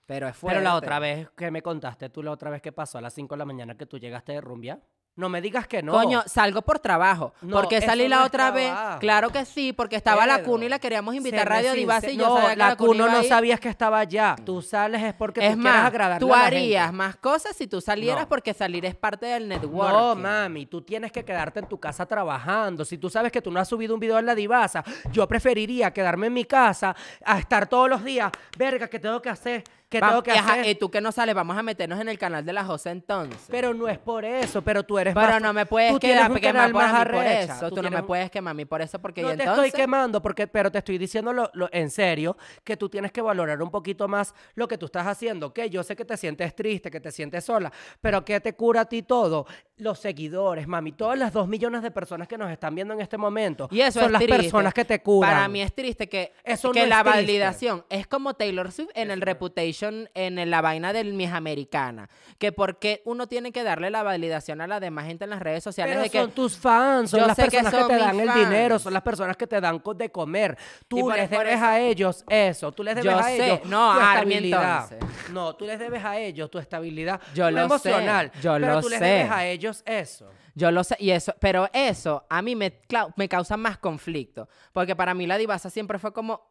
Speaker 2: Pero es fuerte.
Speaker 1: Pero la otra vez que me contaste tú, la otra vez que pasó a las 5 de la mañana que tú llegaste de rumbia, no me digas que no.
Speaker 2: Coño, salgo por trabajo.
Speaker 1: No,
Speaker 2: ¿Por qué
Speaker 1: eso
Speaker 2: salí la
Speaker 1: no es
Speaker 2: otra vez?
Speaker 1: trabajo.
Speaker 2: Claro que sí, porque estaba la
Speaker 1: Pedro,
Speaker 2: cuna y la queríamos invitar
Speaker 1: Serme
Speaker 2: a Radio Divas
Speaker 1: sincer-
Speaker 2: y yo sabía
Speaker 1: No,
Speaker 2: que
Speaker 1: la
Speaker 2: cuna
Speaker 1: cuno
Speaker 2: iba
Speaker 1: no
Speaker 2: a ir.
Speaker 1: sabías que estaba allá. Tú sales es porque
Speaker 2: Es
Speaker 1: tú quieres
Speaker 2: más,
Speaker 1: agradarle
Speaker 2: tú
Speaker 1: a la gente.
Speaker 2: harías más cosas si tú salieras
Speaker 1: No.
Speaker 2: porque salir es parte del network.
Speaker 1: No, mami, tú tienes que quedarte en tu casa trabajando. Si tú sabes que tú no has subido un video en la divasa, yo preferiría quedarme en mi casa a estar todos los días. Verga, ¿qué tengo que hacer? ¿Qué tengo que hacer?
Speaker 2: y tú que no sales, vamos a meternos en el canal de la José entonces.
Speaker 1: Pero no es por eso, pero tú eres
Speaker 2: Pero
Speaker 1: más-
Speaker 2: no me puedes
Speaker 1: tú tienes
Speaker 2: quedar
Speaker 1: un
Speaker 2: quemar
Speaker 1: canal
Speaker 2: por,
Speaker 1: más
Speaker 2: a mí por
Speaker 1: arrecha,
Speaker 2: eso. Tú, no
Speaker 1: tienes
Speaker 2: me
Speaker 1: un-
Speaker 2: puedes quemar a mí por eso porque
Speaker 1: No
Speaker 2: y
Speaker 1: te
Speaker 2: entonces...
Speaker 1: estoy quemando, porque, pero te estoy diciendo lo, lo- en serio que tú tienes que valorar un poquito más lo que tú estás haciendo. Que yo sé que te sientes triste, que te sientes sola, pero ¿qué te cura a ti todo? Los seguidores, mami, todas las dos millones de personas que nos están viendo en este momento
Speaker 2: Y eso
Speaker 1: son
Speaker 2: es
Speaker 1: las
Speaker 2: triste.
Speaker 1: personas que te curan.
Speaker 2: Para mí es triste que,
Speaker 1: Eso
Speaker 2: que
Speaker 1: no es
Speaker 2: la
Speaker 1: triste.
Speaker 2: validación es como Taylor Swift en el Reputation, en el- la vaina del Miss Americana. Que porque uno tiene que darle la validación a la demás gente en las redes sociales
Speaker 1: pero
Speaker 2: de que.
Speaker 1: son tus fans, son
Speaker 2: Yo
Speaker 1: las
Speaker 2: sé que
Speaker 1: personas que,
Speaker 2: son
Speaker 1: te
Speaker 2: mis
Speaker 1: dan el
Speaker 2: fans.
Speaker 1: dinero, son las personas que te dan co- de comer.
Speaker 2: Y
Speaker 1: Tú
Speaker 2: por-
Speaker 1: les
Speaker 2: por
Speaker 1: debes
Speaker 2: eso-
Speaker 1: a ellos eso, tú les debes
Speaker 2: Yo
Speaker 1: a
Speaker 2: sé,
Speaker 1: ellos
Speaker 2: no,
Speaker 1: tu
Speaker 2: Army,
Speaker 1: estabilidad.
Speaker 2: entonces.
Speaker 1: No, tú les debes a ellos tu estabilidad no
Speaker 2: Yo lo sé,
Speaker 1: emocional,
Speaker 2: yo
Speaker 1: pero
Speaker 2: lo
Speaker 1: tú les
Speaker 2: sé.
Speaker 1: debes a ellos eso.
Speaker 2: Yo lo sé, y eso, pero eso a mí me, clau- me causa más conflicto. Porque para mí la divasa siempre fue como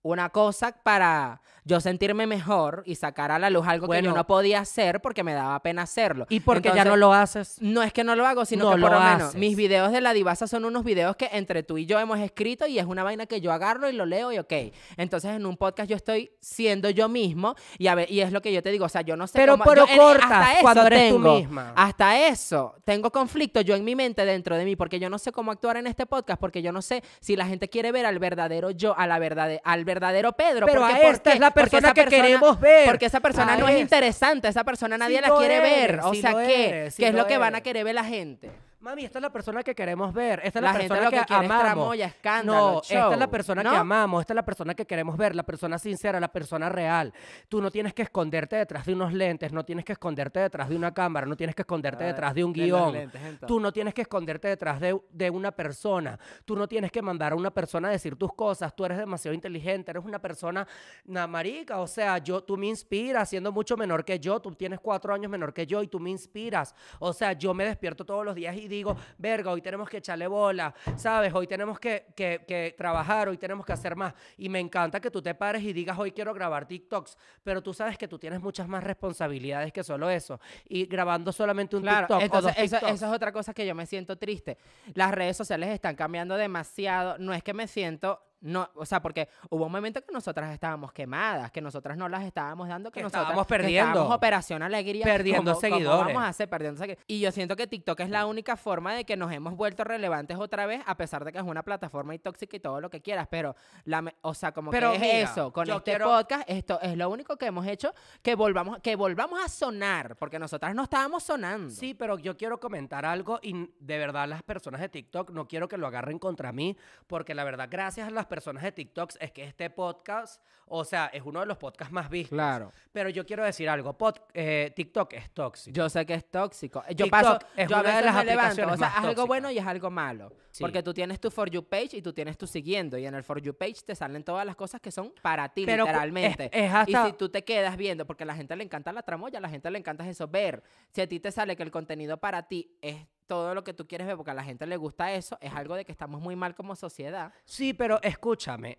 Speaker 2: una cosa para yo sentirme mejor y sacar a la luz algo que yo
Speaker 1: Bueno.
Speaker 2: no podía hacer porque me daba pena hacerlo.
Speaker 1: Y porque ya
Speaker 2: Entonces,
Speaker 1: no lo haces.
Speaker 2: No es que no lo hago, sino
Speaker 1: No
Speaker 2: que por
Speaker 1: lo
Speaker 2: lo menos
Speaker 1: haces.
Speaker 2: mis videos de la divasa son unos videos que entre tú y yo hemos escrito y es una vaina que yo agarro y lo leo y ok. Entonces en un podcast yo estoy siendo yo mismo y a ver, y es lo que yo te digo, o sea, yo no sé
Speaker 1: Pero-
Speaker 2: cómo-
Speaker 1: pero
Speaker 2: yo- en- hasta
Speaker 1: cortas
Speaker 2: eso
Speaker 1: cuando eres tú
Speaker 2: tengo-
Speaker 1: misma.
Speaker 2: Hasta eso, tengo conflicto yo en mi mente dentro de mí porque yo no sé cómo actuar en este podcast porque yo no sé si la gente quiere ver al verdadero yo, a la verdad, al verdadero Pedro,
Speaker 1: Pero
Speaker 2: porque
Speaker 1: a
Speaker 2: ¿por
Speaker 1: esta
Speaker 2: qué?
Speaker 1: es la
Speaker 2: Porque
Speaker 1: persona
Speaker 2: esa
Speaker 1: que queremos ver.
Speaker 2: Porque esa persona
Speaker 1: A
Speaker 2: no es
Speaker 1: esta.
Speaker 2: interesante, esa persona nadie
Speaker 1: Sí
Speaker 2: la
Speaker 1: lo
Speaker 2: quiere ver.
Speaker 1: eres,
Speaker 2: O
Speaker 1: sí
Speaker 2: sea,
Speaker 1: lo
Speaker 2: ¿qué?
Speaker 1: eres, sí
Speaker 2: ¿Qué es
Speaker 1: lo
Speaker 2: lo que van a
Speaker 1: eres.
Speaker 2: querer ver la gente?
Speaker 1: Mami, esta es la persona que queremos ver. Esta es
Speaker 2: La
Speaker 1: la,
Speaker 2: gente
Speaker 1: persona
Speaker 2: lo que
Speaker 1: que,
Speaker 2: quiere es
Speaker 1: amamos.
Speaker 2: tramoya, escándalo,
Speaker 1: no, esta es la
Speaker 2: show,
Speaker 1: persona
Speaker 2: ¿no?
Speaker 1: que amamos. Esta es la persona que queremos ver. La persona sincera, la persona real. Tú no tienes que esconderte detrás de unos lentes. No tienes que esconderte detrás de una cámara. No tienes que esconderte
Speaker 2: Ah,
Speaker 1: detrás de un guión. Tú no tienes que esconderte detrás de, de una persona. Tú no tienes que mandar a una persona a decir tus cosas. Tú eres demasiado inteligente. Eres una persona na marica. O sea, yo, tú me inspiras siendo mucho menor que yo. Tú tienes cuatro años menor que yo y tú me inspiras. O sea, yo me despierto todos los días y digo, verga, hoy tenemos que echarle bola. ¿Sabes? Hoy tenemos que, que- que trabajar. Hoy tenemos que hacer más. Y me encanta que tú te pares y digas, hoy quiero grabar TikToks. Pero tú sabes que tú tienes muchas más responsabilidades que solo eso. Y grabando solamente un
Speaker 2: Claro,
Speaker 1: TikTok
Speaker 2: entonces
Speaker 1: o dos
Speaker 2: eso,
Speaker 1: TikToks.
Speaker 2: eso es otra cosa que yo me siento triste. Las redes sociales están cambiando demasiado. No es que me siento, no, o sea, porque hubo un momento que nosotras estábamos quemadas, que nosotras no las estábamos dando, que,
Speaker 1: Que
Speaker 2: nosotras
Speaker 1: estábamos
Speaker 2: que
Speaker 1: perdiendo.
Speaker 2: estábamos operación alegría,
Speaker 1: Perdiendo
Speaker 2: ¿cómo- cómo
Speaker 1: seguidores.
Speaker 2: vamos a hacer perdiendo seguidores. Y yo siento que TikTok es la única forma de que nos hemos vuelto relevantes otra vez, a pesar de que es una plataforma y tóxica y todo lo que quieras, pero la, me- o sea, como
Speaker 1: Pero
Speaker 2: que es
Speaker 1: mira,
Speaker 2: eso, con
Speaker 1: yo
Speaker 2: este
Speaker 1: quiero-
Speaker 2: podcast esto es lo único que hemos hecho que volvamos que volvamos a sonar, porque nosotras no estábamos sonando.
Speaker 1: Sí, pero yo quiero comentar algo y n- de verdad las personas de TikTok no quiero que lo agarren contra mí porque la verdad gracias a las personas de TikToks es que este podcast, o sea, es uno de los podcasts más vistos.
Speaker 2: Claro.
Speaker 1: Pero yo quiero decir algo, pod- eh, TikTok es tóxico.
Speaker 2: Yo sé que es tóxico. Eh, Yo
Speaker 1: TikTok
Speaker 2: paso,
Speaker 1: es
Speaker 2: yo a
Speaker 1: una de
Speaker 2: veces
Speaker 1: las
Speaker 2: me levanto. O
Speaker 1: aplicaciones
Speaker 2: sea,
Speaker 1: más
Speaker 2: es algo
Speaker 1: tóxicas.
Speaker 2: bueno y es algo malo.
Speaker 1: Sí.
Speaker 2: Porque tú tienes tu For You page y tú tienes tu siguiendo. Y en el For You page te salen todas las cosas que son para ti,
Speaker 1: Pero cu-
Speaker 2: literalmente.
Speaker 1: es- es hasta-
Speaker 2: Y si tú te quedas viendo, porque a la gente le encanta la tramoya, a la gente le encanta eso, ver. Si a ti te sale que el contenido para ti es todo lo que tú quieres ver, porque a la gente le gusta eso, es algo de que estamos muy mal como sociedad.
Speaker 1: Sí, pero escúchame,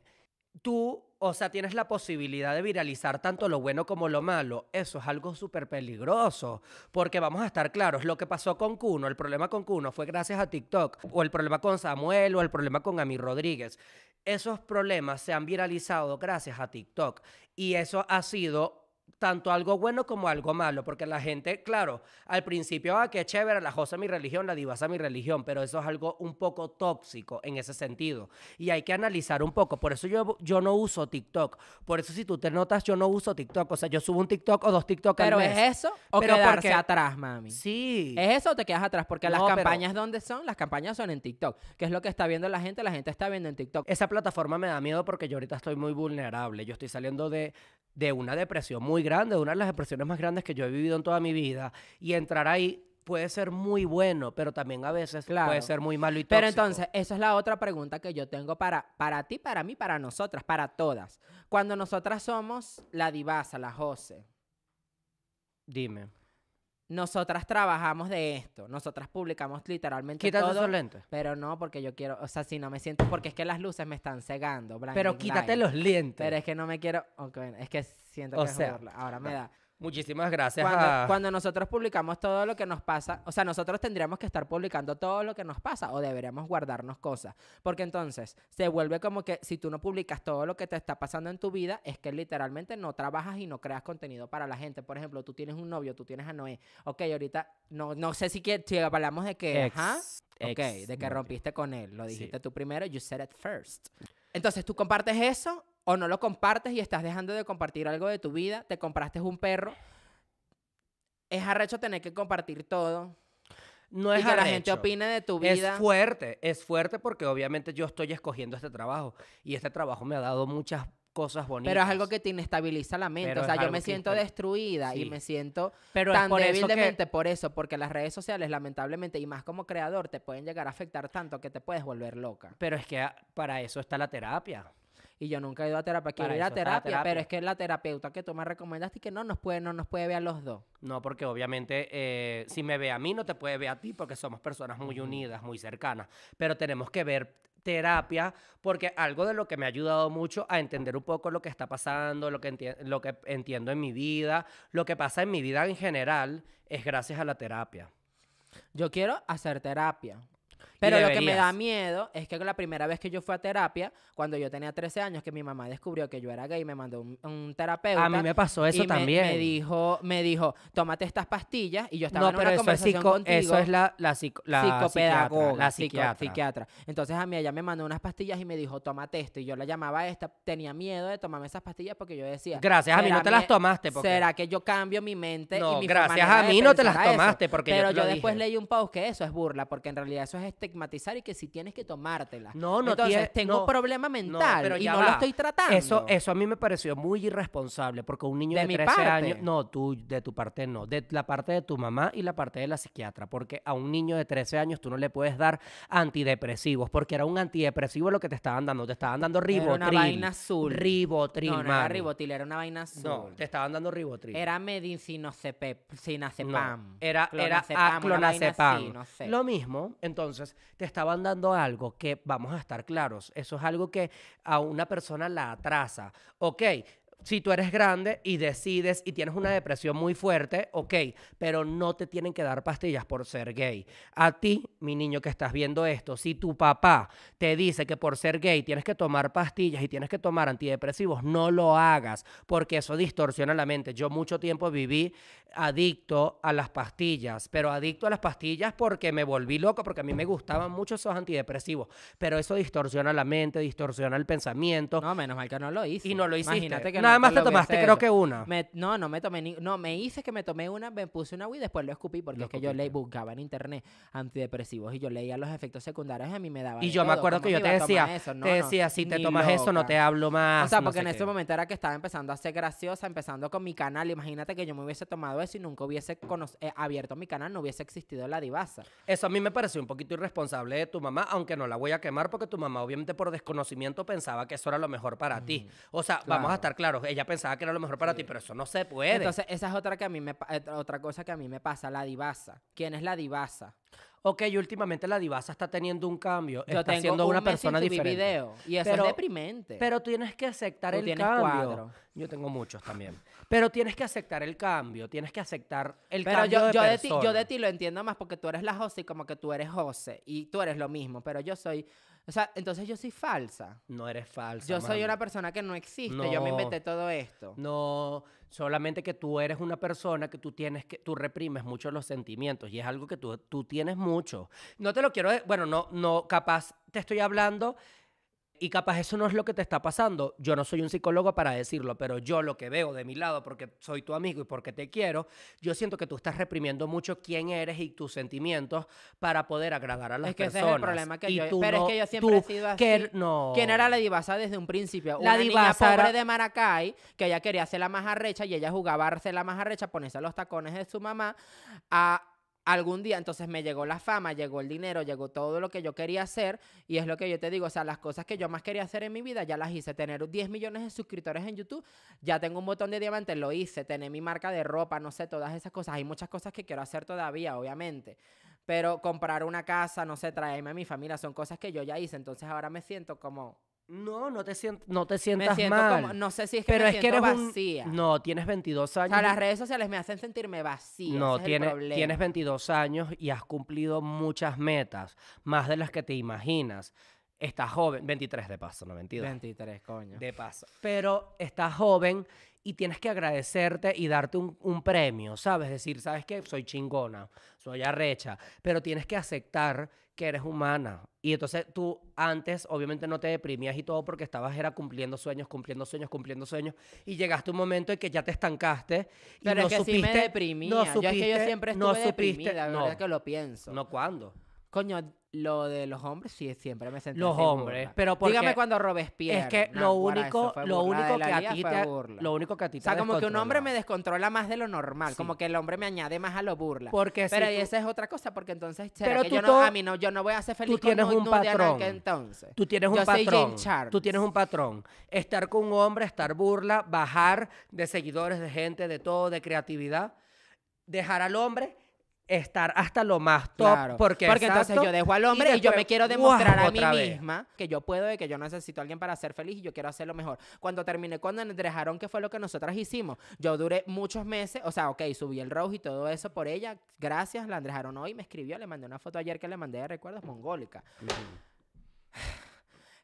Speaker 1: tú, o sea, tienes la posibilidad de viralizar tanto lo bueno como lo malo. Eso es algo súper peligroso, porque vamos a estar claros, lo que pasó con Cuno, el problema con Cuno fue gracias a TikTok, o el problema con Samuel, o el problema con Ami Rodríguez. Esos problemas se han viralizado gracias a TikTok y eso ha sido tanto algo bueno como algo malo, porque la gente, claro, al principio, ah, qué chévere, la josa mi religión, la divasa mi religión, pero eso es algo un poco tóxico en ese sentido. Y hay que analizar un poco. Por eso yo, yo no uso TikTok. Por eso si tú te notas, yo no uso TikTok. O sea, yo subo un TikTok o dos TikTok
Speaker 2: Pero
Speaker 1: al mes.
Speaker 2: es eso o
Speaker 1: Pero
Speaker 2: quedarse
Speaker 1: porque-
Speaker 2: atrás, mami.
Speaker 1: Sí.
Speaker 2: ¿Es eso o te quedas atrás? Porque
Speaker 1: No,
Speaker 2: las
Speaker 1: pero-
Speaker 2: campañas, ¿dónde son? Las campañas son en TikTok. ¿Qué es lo que está viendo la gente? La gente está viendo en TikTok.
Speaker 1: Esa plataforma me da miedo porque yo ahorita estoy muy vulnerable. Yo estoy saliendo de, de una depresión muy grande, de una de las depresiones más grandes que yo he vivido en toda mi vida. Y entrar ahí puede ser muy bueno, pero también a veces puede
Speaker 2: Claro.
Speaker 1: ser muy malo y tóxico.
Speaker 2: Pero entonces, esa es la otra pregunta que yo tengo para, para ti, para mí, para nosotras, para todas. Cuando nosotras somos la divasa, la Jose,
Speaker 1: Dime.
Speaker 2: nosotras trabajamos de esto, nosotras publicamos literalmente
Speaker 1: Quítate
Speaker 2: todo.
Speaker 1: esos lentes.
Speaker 2: Pero no, porque yo quiero, o sea, si no me siento, porque es que las luces me están cegando.
Speaker 1: Pero
Speaker 2: blinding
Speaker 1: quítate
Speaker 2: light.
Speaker 1: los lentes.
Speaker 2: Pero es que no me quiero, ok, es que siento
Speaker 1: O
Speaker 2: que es
Speaker 1: sea,
Speaker 2: burla, ahora me
Speaker 1: no.
Speaker 2: da.
Speaker 1: Muchísimas gracias
Speaker 2: Cuando,
Speaker 1: a-
Speaker 2: cuando nosotros publicamos todo lo que nos pasa, o sea, nosotros tendríamos que estar publicando todo lo que nos pasa o deberíamos guardarnos cosas. Porque entonces se vuelve como que si tú no publicas todo lo que te está pasando en tu vida, es que literalmente no trabajas y no creas contenido para la gente. Por ejemplo, tú tienes un novio, tú tienes a Noé. Ok, ahorita no, no sé si, quie- si hablamos de que,
Speaker 1: Ex-
Speaker 2: ajá,
Speaker 1: ex-
Speaker 2: ¿Ah? ok, de que
Speaker 1: no,
Speaker 2: rompiste con él. Lo
Speaker 1: Sí. Mm.
Speaker 2: dijiste tú primero, you said it first. Entonces, tú compartes eso o no lo compartes y estás dejando de compartir algo de tu vida, te compraste un perro. Es arrecho tener que compartir todo
Speaker 1: No es
Speaker 2: y que la gente
Speaker 1: arrecho.
Speaker 2: opine de tu
Speaker 1: Es
Speaker 2: vida.
Speaker 1: fuerte, es fuerte porque obviamente yo estoy escogiendo este trabajo y este trabajo me ha dado muchas cosas bonitas.
Speaker 2: Pero es algo que te inestabiliza la mente.
Speaker 1: Pero
Speaker 2: o sea,
Speaker 1: es
Speaker 2: yo
Speaker 1: algo
Speaker 2: me
Speaker 1: que
Speaker 2: siento
Speaker 1: instala-
Speaker 2: destruida
Speaker 1: Sí.
Speaker 2: y me siento
Speaker 1: Pero es
Speaker 2: tan
Speaker 1: por
Speaker 2: débil
Speaker 1: eso
Speaker 2: de
Speaker 1: que-
Speaker 2: mente por eso, porque las redes sociales, lamentablemente, y más como creador, te pueden llegar a afectar tanto que te puedes volver loca.
Speaker 1: Pero es que ah, para eso está la terapia.
Speaker 2: Y yo nunca he ido a terapia. Quiero
Speaker 1: Para
Speaker 2: ir a
Speaker 1: eso está la
Speaker 2: terapia, pero
Speaker 1: terapia.
Speaker 2: es que la terapeuta que tú me recomendaste y que no nos puede, no nos puede ver a los dos.
Speaker 1: No, porque obviamente eh, si me ve a mí no te puede ver a ti porque somos personas muy unidas, muy cercanas. Pero tenemos que ver terapia porque algo de lo que me ha ayudado mucho a entender un poco lo que está pasando, lo que, enti- lo que entiendo en mi vida, lo que pasa en mi vida en general es gracias a la terapia.
Speaker 2: Yo quiero hacer terapia. Pero lo que me da
Speaker 1: deberías.
Speaker 2: miedo es que la primera vez que yo fui a terapia, cuando yo tenía 13 años, que mi mamá descubrió que yo era gay, me mandó un, un terapeuta.
Speaker 1: A mí me pasó eso
Speaker 2: y me-
Speaker 1: también.
Speaker 2: Me, dijo, me dijo, tómate estas pastillas. Y yo
Speaker 1: No,
Speaker 2: estaba en
Speaker 1: pero
Speaker 2: una
Speaker 1: eso es,
Speaker 2: conversación
Speaker 1: psico-
Speaker 2: contigo.
Speaker 1: eso es la, la, psico- la
Speaker 2: psicopedagoga,
Speaker 1: psiquiatra, la
Speaker 2: psico-
Speaker 1: psiquiatra.
Speaker 2: psiquiatra. Entonces a mí ella me mandó unas pastillas y me dijo, tómate esto. Y yo la llamaba esta, tenía miedo de tomarme esas pastillas porque yo decía,
Speaker 1: Gracias a mí no
Speaker 2: ¿Será
Speaker 1: te las
Speaker 2: mie-
Speaker 1: tomaste. Porque...
Speaker 2: ¿Será que yo cambio mi mente?
Speaker 1: No,
Speaker 2: y mi
Speaker 1: gracias
Speaker 2: manera
Speaker 1: a
Speaker 2: de
Speaker 1: mí no te las
Speaker 2: pensar a eso?
Speaker 1: tomaste, porque yo
Speaker 2: Pero
Speaker 1: te
Speaker 2: yo,
Speaker 1: lo
Speaker 2: después
Speaker 1: dije.
Speaker 2: leí un post que eso es burla, porque en realidad eso es estigmatizar y que si tienes que tomártela.
Speaker 1: No, no
Speaker 2: Entonces,
Speaker 1: tie-
Speaker 2: tengo
Speaker 1: no.
Speaker 2: un problema mental
Speaker 1: pero
Speaker 2: y
Speaker 1: ya
Speaker 2: no
Speaker 1: va.
Speaker 2: lo estoy tratando.
Speaker 1: Eso, eso a mí me pareció muy irresponsable, porque un niño de,
Speaker 2: De mi
Speaker 1: 13
Speaker 2: parte.
Speaker 1: años, no, tú, de tu parte no, de la parte de tu mamá y la parte de la psiquiatra, porque a un niño de 13 años tú no le puedes dar antidepresivos, porque era un antidepresivo lo que te estaban dando, te estaban dando
Speaker 2: Era
Speaker 1: ribotril.
Speaker 2: una vaina azul.
Speaker 1: Ribotril,
Speaker 2: no, no era
Speaker 1: mami.
Speaker 2: ribotil, era una vaina azul.
Speaker 1: No, te estaban dando ribotril.
Speaker 2: Era medicinocepam.
Speaker 1: No, era, era a-
Speaker 2: clonazepam. una vaina así,
Speaker 1: clonazepam.
Speaker 2: no sé.
Speaker 1: Lo mismo, entonces, te estaban dando algo que, vamos a estar claros, eso es algo que a una persona la atrasa. Ok, si tú eres grande y decides y tienes una depresión muy fuerte, ok, pero no te tienen que dar pastillas por ser gay. A ti, mi niño que estás viendo esto, si tu papá te dice que por ser gay tienes que tomar pastillas y tienes que tomar antidepresivos, no lo hagas, porque eso distorsiona la mente. Yo mucho tiempo viví adicto a las pastillas, pero adicto a las pastillas porque me volví loco, porque a mí me gustaban mucho esos antidepresivos, pero eso distorsiona la mente, distorsiona el pensamiento.
Speaker 2: No, menos mal que no lo hice.
Speaker 1: Y no lo hiciste.
Speaker 2: Imagínate que
Speaker 1: no, Nada
Speaker 2: nunca
Speaker 1: más te
Speaker 2: lo hubiese
Speaker 1: tomaste,
Speaker 2: hecho.
Speaker 1: creo que una.
Speaker 2: Me- no, no me tomé ni... No, me hice que me tomé una, me puse una agua y después lo escupí porque
Speaker 1: Lo
Speaker 2: es que yo leí,
Speaker 1: escupiste.
Speaker 2: buscaba en internet antidepresivos y yo leía los efectos secundarios y a mí me daba
Speaker 1: Y
Speaker 2: de
Speaker 1: yo me
Speaker 2: todo.
Speaker 1: acuerdo
Speaker 2: ¿Cómo
Speaker 1: que yo
Speaker 2: me
Speaker 1: te
Speaker 2: iba a tomar
Speaker 1: decía,
Speaker 2: eso? No,
Speaker 1: te
Speaker 2: no,
Speaker 1: decía, si te
Speaker 2: ni
Speaker 1: tomas eso no te
Speaker 2: loca.
Speaker 1: hablo más.
Speaker 2: O sea,
Speaker 1: no
Speaker 2: porque
Speaker 1: sé
Speaker 2: en ese
Speaker 1: qué.
Speaker 2: momento era que estaba empezando a ser graciosa, empezando con mi canal. Imagínate que yo me hubiese tomado eso y nunca hubiese cono- eh, abierto mi canal, no hubiese existido la divasa.
Speaker 1: Eso a mí me pareció un poquito irresponsable de tu mamá, aunque no la voy a quemar porque tu mamá obviamente por desconocimiento pensaba que eso era lo mejor para ti. O sea, vamos a
Speaker 2: claro.
Speaker 1: estar claros, ella pensaba que era lo mejor para ti, pero eso no se puede.
Speaker 2: Entonces, esa es otra que a mí me pa- eh, otra cosa que a mí me pasa, la divasa. ¿Quién es la divasa?
Speaker 1: ok, y últimamente la divasa está teniendo un cambio,
Speaker 2: Yo
Speaker 1: está
Speaker 2: tengo
Speaker 1: siendo
Speaker 2: un
Speaker 1: una
Speaker 2: mes sin
Speaker 1: persona
Speaker 2: subir
Speaker 1: diferente.
Speaker 2: video, y eso
Speaker 1: Pero-
Speaker 2: es deprimente.
Speaker 1: Pero tienes que aceptar
Speaker 2: Tú
Speaker 1: el
Speaker 2: tienes
Speaker 1: cambio.
Speaker 2: cuatro.
Speaker 1: Yo tengo muchos también. Pero tienes que aceptar el cambio, tienes que aceptar el
Speaker 2: Pero
Speaker 1: cambio
Speaker 2: yo,
Speaker 1: de
Speaker 2: yo, de ti, yo
Speaker 1: persona.
Speaker 2: de ti lo entiendo más porque tú eres la José y como que tú eres José y tú eres lo mismo, pero yo soy, o sea, entonces yo soy falsa.
Speaker 1: No eres falsa.
Speaker 2: Yo soy
Speaker 1: mami.
Speaker 2: una persona que no existe, yo
Speaker 1: No.
Speaker 2: me inventé todo esto.
Speaker 1: No, solamente que tú eres una persona que tú tienes que, tú reprimes mucho los sentimientos y es algo que tú, tú tienes mucho. No te lo quiero, de- bueno, no, no, capaz te estoy hablando y capaz eso no es lo que te está pasando. Yo no soy un psicólogo para decirlo, pero yo lo que veo de mi lado, porque soy tu amigo y porque te quiero, yo siento que tú estás reprimiendo mucho quién eres y tus sentimientos para poder agradar a las
Speaker 2: Es que ese es
Speaker 1: personas.
Speaker 2: el problema que
Speaker 1: Y
Speaker 2: yo-
Speaker 1: tú
Speaker 2: pero es
Speaker 1: no-
Speaker 2: que yo siempre he
Speaker 1: tú
Speaker 2: sido
Speaker 1: quer-
Speaker 2: así.
Speaker 1: no.
Speaker 2: ¿Quién era la divasa desde un principio?
Speaker 1: La
Speaker 2: Una niña
Speaker 1: divasa era-
Speaker 2: pobre de Maracay, que ella quería hacer la más arrecha y ella jugaba a hacer la más arrecha, ponerse los tacones de su mamá. A algún día, entonces me llegó la fama, llegó el dinero, llegó todo lo que yo quería hacer. Y es lo que yo te digo, o sea, las cosas que yo más quería hacer en mi vida, ya las hice. Tener 10 millones de suscriptores en YouTube, ya tengo un botón de diamantes, lo hice. Tener mi marca de ropa, no sé, todas esas cosas. Hay muchas cosas que quiero hacer todavía, obviamente. Pero comprar una casa, no sé, traerme a mi familia, son cosas que yo ya hice. Entonces ahora me siento como...
Speaker 1: No, no te, sient- no te
Speaker 2: Me
Speaker 1: sientas
Speaker 2: siento
Speaker 1: mal.
Speaker 2: como, no sé si es que
Speaker 1: Pero
Speaker 2: me
Speaker 1: es que
Speaker 2: siento
Speaker 1: eres un-
Speaker 2: vacía.
Speaker 1: No, tienes 22
Speaker 2: O
Speaker 1: años.
Speaker 2: sea, las redes sociales me hacen sentirme vacía.
Speaker 1: no,
Speaker 2: ese es el
Speaker 1: tienes,
Speaker 2: problema.
Speaker 1: tienes 22 años y has cumplido muchas metas, más de las que te imaginas. Estás joven, 23 de paso, no 22.
Speaker 2: 23, coño.
Speaker 1: De paso. Pero estás joven y tienes que agradecerte y darte un, un premio, ¿sabes? Decir, ¿sabes qué? Soy chingona, soy arrecha, pero tienes que aceptar que eres humana. Y entonces tú antes obviamente no te deprimías y todo porque estabas era cumpliendo sueños, cumpliendo sueños, cumpliendo sueños y llegaste a un momento en que ya te estancaste y
Speaker 2: Pero
Speaker 1: no
Speaker 2: es que
Speaker 1: supiste,
Speaker 2: sí me deprimía.
Speaker 1: no
Speaker 2: yo es que yo
Speaker 1: supiste-
Speaker 2: siempre estuve
Speaker 1: no
Speaker 2: deprimida,
Speaker 1: supiste,
Speaker 2: la
Speaker 1: no,
Speaker 2: verdad que lo pienso.
Speaker 1: no cuándo.
Speaker 2: Coño, lo de los hombres sí siempre me sentí
Speaker 1: Los
Speaker 2: así en
Speaker 1: hombres,
Speaker 2: burla.
Speaker 1: pero porque-
Speaker 2: Dígame cuando Robespierre.
Speaker 1: Es que
Speaker 2: Nah,
Speaker 1: lo
Speaker 2: guarda, eso
Speaker 1: único,
Speaker 2: fue
Speaker 1: lo
Speaker 2: burla de
Speaker 1: único
Speaker 2: la
Speaker 1: que a
Speaker 2: liga
Speaker 1: ti
Speaker 2: fue
Speaker 1: te,
Speaker 2: burla.
Speaker 1: lo único que a ti
Speaker 2: O sea,
Speaker 1: te
Speaker 2: como que un hombre
Speaker 1: descontrolaba.
Speaker 2: me descontrola más de lo normal,
Speaker 1: Sí.
Speaker 2: como que el hombre me añade más a lo burla.
Speaker 1: porque si
Speaker 2: Pero
Speaker 1: tú-
Speaker 2: y esa es otra cosa, porque entonces, ¿será
Speaker 1: Pero
Speaker 2: que
Speaker 1: tú
Speaker 2: yo no,
Speaker 1: todo-
Speaker 2: a mí no, yo no voy a ser feliz con
Speaker 1: tienes
Speaker 2: nu-
Speaker 1: un
Speaker 2: Nudia Nanke
Speaker 1: patrón.
Speaker 2: entonces.
Speaker 1: Tú tienes un
Speaker 2: Yo soy Jane
Speaker 1: patrón. Tú
Speaker 2: Charles.
Speaker 1: tienes un patrón. Estar con un hombre, estar burla, bajar de seguidores, de gente, de todo, de creatividad. Dejar al hombre, estar hasta lo más top.
Speaker 2: Claro,
Speaker 1: Porque,
Speaker 2: entonces
Speaker 1: exacto,
Speaker 2: yo dejo al hombre y, yo
Speaker 1: después,
Speaker 2: me quiero
Speaker 1: ¡guau!
Speaker 2: demostrar a mí
Speaker 1: otra vez.
Speaker 2: misma que yo puedo y que yo necesito a alguien para ser feliz y yo quiero hacerlo mejor. Cuando terminé con Andrés Jarón, que fue lo que nosotras hicimos, yo duré muchos meses, o sea, ok, subí el rojo y todo eso por ella, gracias, la Andrés Jarón hoy me escribió, le mandé una foto ayer que le mandé de recuerdos mongólica.